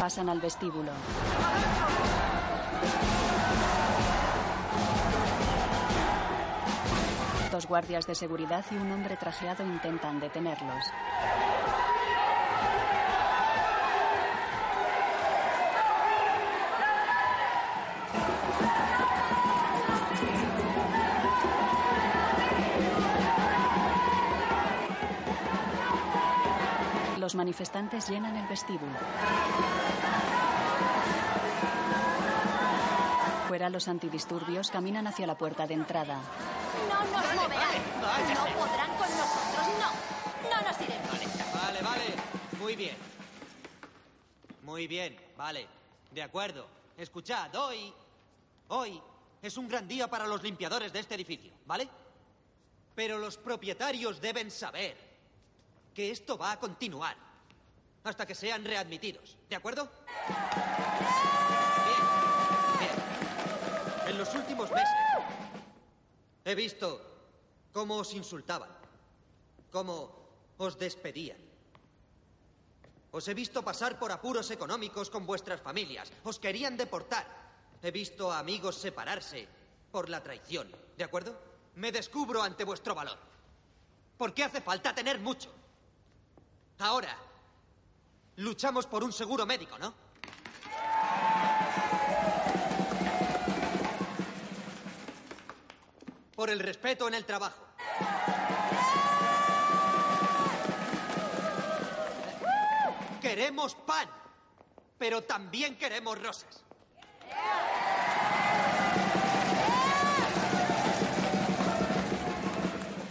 S2: Pasan al vestíbulo. Dos guardias de seguridad y un hombre trajeado intentan detenerlos. Los manifestantes llenan el vestíbulo. Fuera los antidisturbios caminan hacia la puerta de entrada.
S42: No nos moverán. No podrán con nosotros, no. No nos iremos.
S15: Vale, vale. Muy bien. Muy bien, vale. De acuerdo. Escuchad, hoy. Hoy es un gran día para los limpiadores de este edificio, ¿vale? Pero los propietarios deben saber que esto va a continuar hasta que sean readmitidos, ¿de acuerdo? Bien, bien. En los últimos meses he visto cómo os insultaban, cómo os despedían. Os he visto pasar por apuros económicos con vuestras familias. Os querían deportar. He visto a amigos separarse por la traición. ¿De acuerdo? Me descubro ante vuestro valor. Porque hace falta tener mucho. Ahora, luchamos por un seguro médico, ¿no? Por el respeto en el trabajo. Queremos pan, pero también queremos rosas.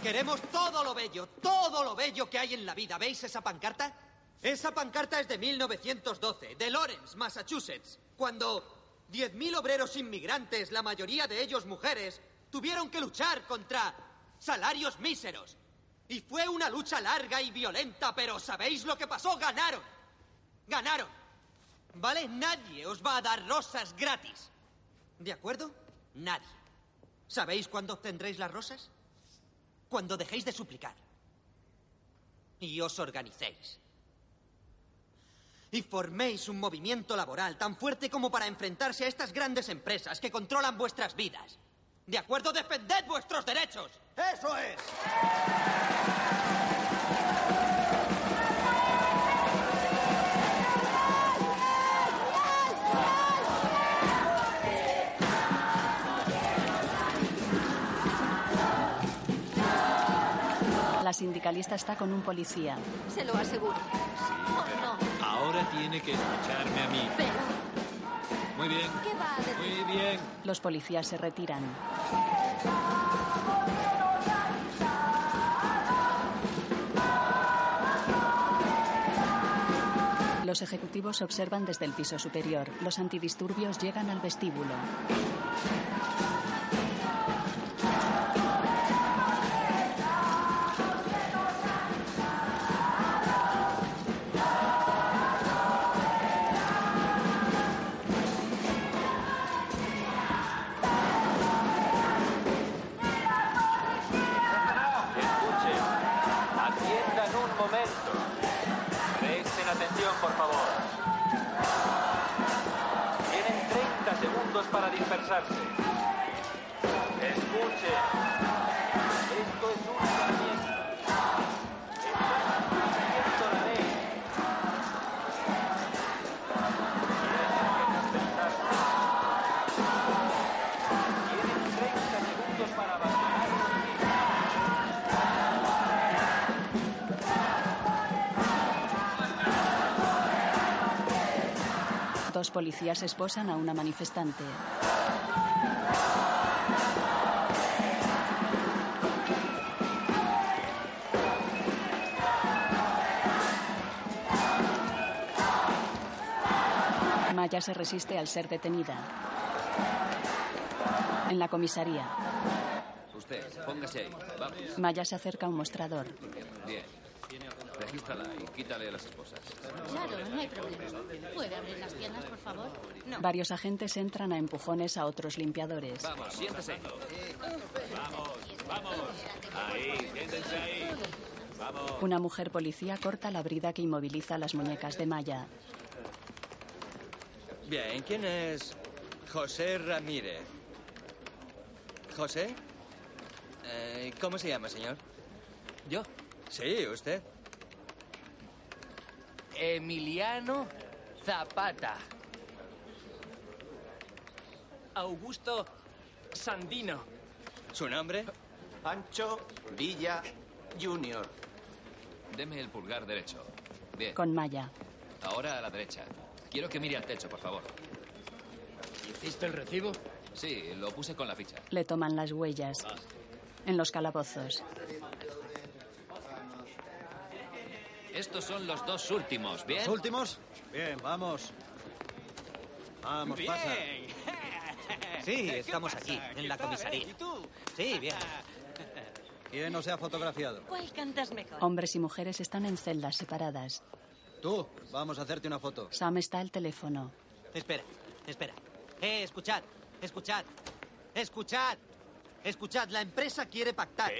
S15: Queremos todo lo bello, todo lo bello que hay en la vida. ¿Veis esa pancarta? Esa pancarta es de 1912, de Lawrence, Massachusetts, cuando 10.000 obreros inmigrantes, la mayoría de ellos mujeres, tuvieron que luchar contra salarios míseros, Y fue una lucha larga y violenta, pero ¿sabéis lo que pasó? Ganaron. Ganaron. ¿Vale? Nadie os va a dar rosas gratis. ¿De acuerdo? Nadie. ¿Sabéis cuándo obtendréis las rosas? Cuando dejéis de suplicar. Y os organicéis. Y forméis un movimiento laboral tan fuerte como para enfrentarse a estas grandes empresas que controlan vuestras vidas. ¿De acuerdo? Defended vuestros derechos.
S43: ¡Eso es!
S2: La sindicalista está con un policía.
S5: Se lo aseguro. Oh, no.
S4: Ahora tiene que escucharme a mí.
S5: Pero,
S4: Muy bien.
S5: ¿qué va a decir?
S4: Muy bien.
S2: Los policías se retiran. Los ejecutivos observan desde el piso superior. Los antidisturbios llegan al vestíbulo.
S4: Escuchen. Atiendan un momento. Presten atención, por favor. Tienen 30 segundos para dispersarse. Escuchen. Esto es un herramienta. Están cumpliendo la ley. Tienen que respetarla. Tienen 30 segundos para abandonar los
S2: Dos policías esposan a una manifestante. Maya se resiste al ser detenida. En la comisaría,
S8: Usted, póngase ahí. Vamos.
S2: Maya se acerca a un mostrador.
S8: Bien. Regístrala y quítale a las esposas.
S5: Claro, no hay problema. ¿Puede abrir las piernas, por favor? No.
S2: Varios agentes entran a empujones a otros limpiadores.
S8: Vamos, siéntese.
S10: Eh,
S4: Vamos, vamos. Ahí, siéntense ahí. Vamos.
S2: Una mujer policía corta la brida que inmoviliza las muñecas de Maya.
S44: Bien, ¿quién es José Ramírez? ¿José? Eh, ¿Cómo se llama, señor? ¿Yo? Sí, usted.
S45: Emiliano Zapata. Augusto Sandino.
S44: ¿Su nombre?
S45: Pancho Villa Junior.
S8: Deme el pulgar derecho. Bien.
S2: Con Maya.
S8: Ahora a la derecha. Quiero que mire al techo, por favor. ¿Hiciste el recibo? Sí, lo puse con la ficha.
S2: Le toman las huellas. En los calabozos.
S8: Estos son los dos últimos, ¿bien?
S46: ¿Los últimos? Bien, vamos. Vamos,
S8: Bien.
S46: pasa.
S8: *laughs* Sí,
S46: ¿Qué
S8: estamos
S46: pasa?
S8: aquí,
S46: ¿Qué
S8: en la
S46: tal,
S8: comisaría.
S46: eh? ¿Y
S8: Sí, bien.
S46: ¿Quién no se ha fotografiado?
S10: ¿Cuál cantas mejor?
S2: Hombres y mujeres están en celdas separadas.
S46: Tú, vamos a hacerte una foto.
S2: Sam está al teléfono.
S47: Espera, espera. Eh, escuchad, escuchad, escuchad, escuchad. La empresa quiere pactar.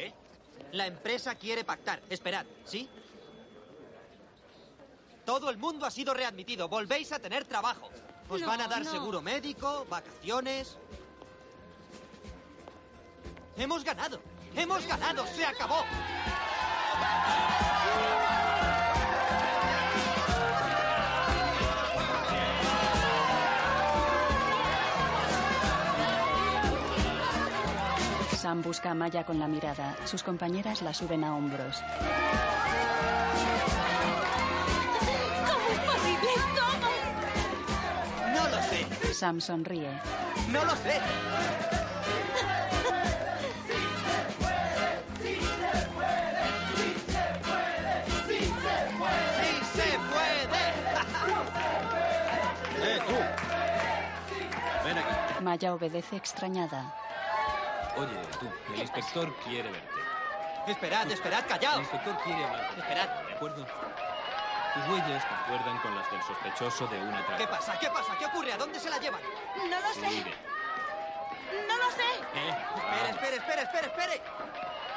S47: La empresa quiere pactar. Esperad, ¿sí? Todo el mundo ha sido readmitido. Volvéis a tener trabajo. Os No, van a dar no. seguro médico, vacaciones. Hemos ganado. Hemos ganado. Se acabó.
S2: Sam busca a Maya con la mirada. Sus compañeras la suben a hombros.
S10: ¿Cómo es posible? ¿Cómo?
S47: No lo sé.
S2: Sam sonríe.
S47: No lo sé.
S48: ¡Sí se
S4: *laughs*
S48: puede!
S46: ¡Eh, tú! Ven aquí.
S2: Maya obedece extrañada.
S4: Oye, tú, el inspector quiere verte.
S15: Esperad, esperad, callaos.
S8: El inspector quiere hablar.
S15: Esperad.
S8: De acuerdo. Tus huellas concuerdan con las del sospechoso de un atraco.
S15: ¿Qué pasa? ¿Qué pasa? ¿Qué ocurre? ¿A dónde se la llevan?
S10: No lo
S8: Muy bien.
S10: sé. No lo sé.
S8: Eh,
S15: Espere, espere, espere, espere, espere.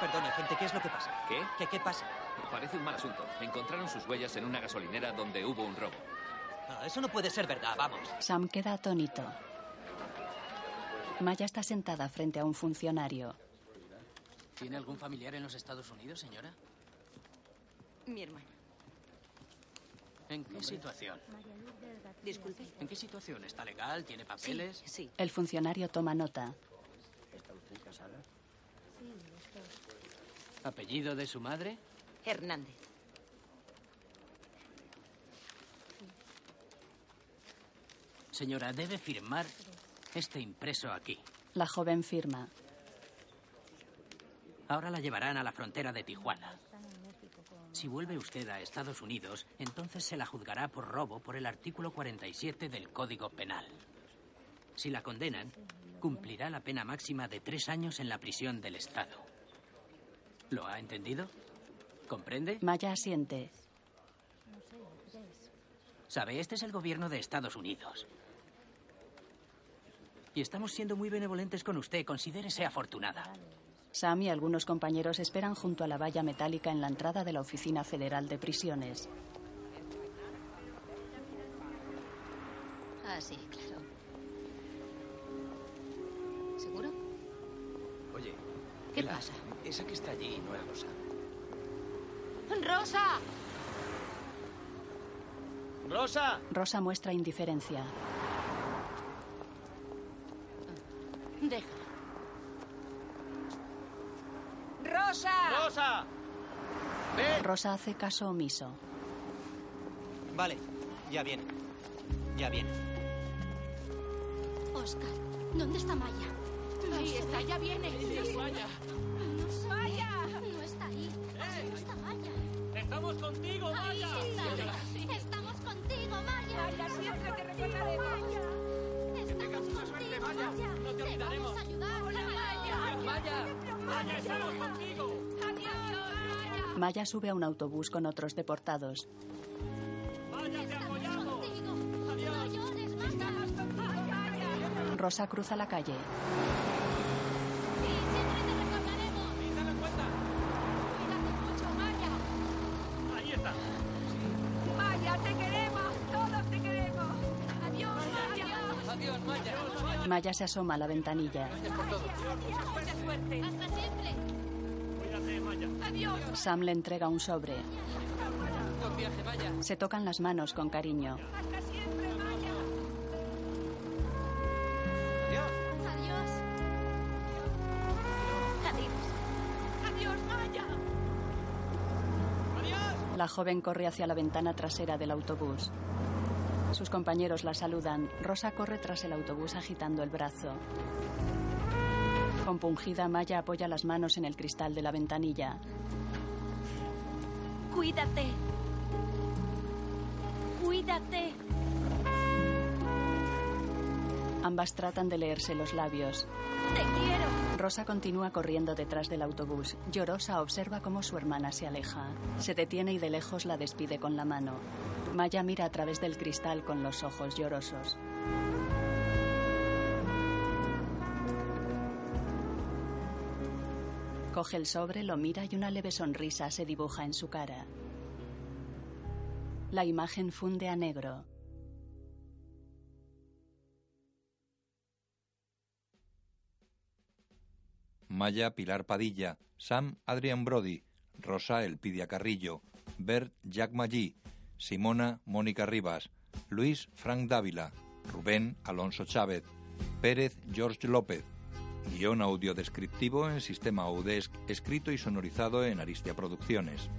S15: Perdone, gente, ¿qué es lo que pasa?
S49: ¿Qué?
S15: ¿Qué, qué pasa?
S49: Parece un mal asunto. Encontraron sus huellas en una gasolinera donde hubo un robo.
S15: Ah, eso no puede ser verdad, vamos.
S2: Sam queda atónito. Maya está sentada frente a un funcionario.
S24: ¿Tiene algún familiar en los Estados Unidos, señora?
S10: Mi hermana.
S24: ¿En qué situación?
S10: Disculpe.
S24: ¿En qué situación? ¿Está legal? ¿Tiene papeles?
S10: Sí.
S2: El funcionario toma nota.
S24: ¿Está usted casada? ¿Apellido de su madre?
S10: Hernández.
S24: Señora, debe firmar este impreso aquí.
S2: La joven firma.
S24: Ahora la llevarán a la frontera de Tijuana. Si vuelve usted a Estados Unidos, entonces se la juzgará por robo por el artículo 47 del Código Penal. Si la condenan, cumplirá la pena máxima de tres años en la prisión del Estado. ¿Lo ha entendido? ¿Comprende?
S2: Maya asiente.
S24: Sabe, este es el gobierno de Estados Unidos. Y estamos siendo muy benevolentes con usted. Considérese afortunada.
S2: Sam y algunos compañeros esperan junto a la valla metálica en la entrada de la Oficina Federal de Prisiones.
S13: Ah, sí, claro. ¿Seguro?
S7: Oye.
S13: ¿Qué pasa?
S7: Esa que está allí no es Rosa.
S13: ¡Rosa!
S7: ¡Rosa!
S2: Rosa muestra indiferencia.
S10: Déjala.
S7: ¡Rosa! ¡Rosa!
S2: Rosa hace caso omiso.
S15: Vale, ya viene. Ya viene.
S6: Oscar, ¿dónde está Maya? Ahí está, ya viene. No se Maya. No se ve. Maya. Eh. No está ahí. Ahí no está Maya.
S4: ¡Estamos contigo,
S6: Ahí
S4: Maya!
S6: está. Estamos contigo, Maya.
S4: Maya, siempre te recordaremos.
S6: Estamos contigo, Maya. No te olvidaremos. Te vamos a ayudar, Maya. Maya. Maya, estamos contigo.
S2: Maya sube a un autobús con otros deportados.
S4: ¡Maya, te apoyamos! ¡Adiós!
S2: Rosa cruza la calle.
S4: Ahí está.
S6: Maya, te queremos. Todos te queremos. Adiós, Maya.
S24: Adiós, Maya.
S2: Maya se asoma a la ventanilla.
S6: Mucha suerte. Hasta siempre.
S4: Cuídate, Maya.
S6: Adiós.
S2: Sam le entrega un sobre.
S24: Buen viaje, Maya.
S2: Se tocan las manos con cariño.
S6: Hasta siempre, Maya. Adiós. Adiós. Adiós, Maya.
S2: La joven corre hacia la ventana trasera del autobús. Sus compañeros la saludan. Rosa corre tras el autobús agitando el brazo. Compungida, Maya apoya las manos en el cristal de la ventanilla.
S10: Cuídate. Cuídate.
S2: Ambas tratan de leerse los labios.
S10: Te quiero.
S2: Rosa continúa corriendo detrás del autobús. Llorosa observa cómo su hermana se aleja. Se detiene y de lejos la despide con la mano. Maya mira a través del cristal con los ojos llorosos. Coge el sobre, lo mira y una leve sonrisa se dibuja en su cara. La imagen funde a negro.
S1: Maya Pilar Padilla, Sam Adrian Brody, Rosa Elpidia Carrillo, Bert Jack Maggi, Simona Mónica Rivas, Luis Frank Dávila, Rubén Alonso Chávez, Pérez George López. Guión audio descriptivo en sistema Audesc, escrito y sonorizado en Aristia Producciones.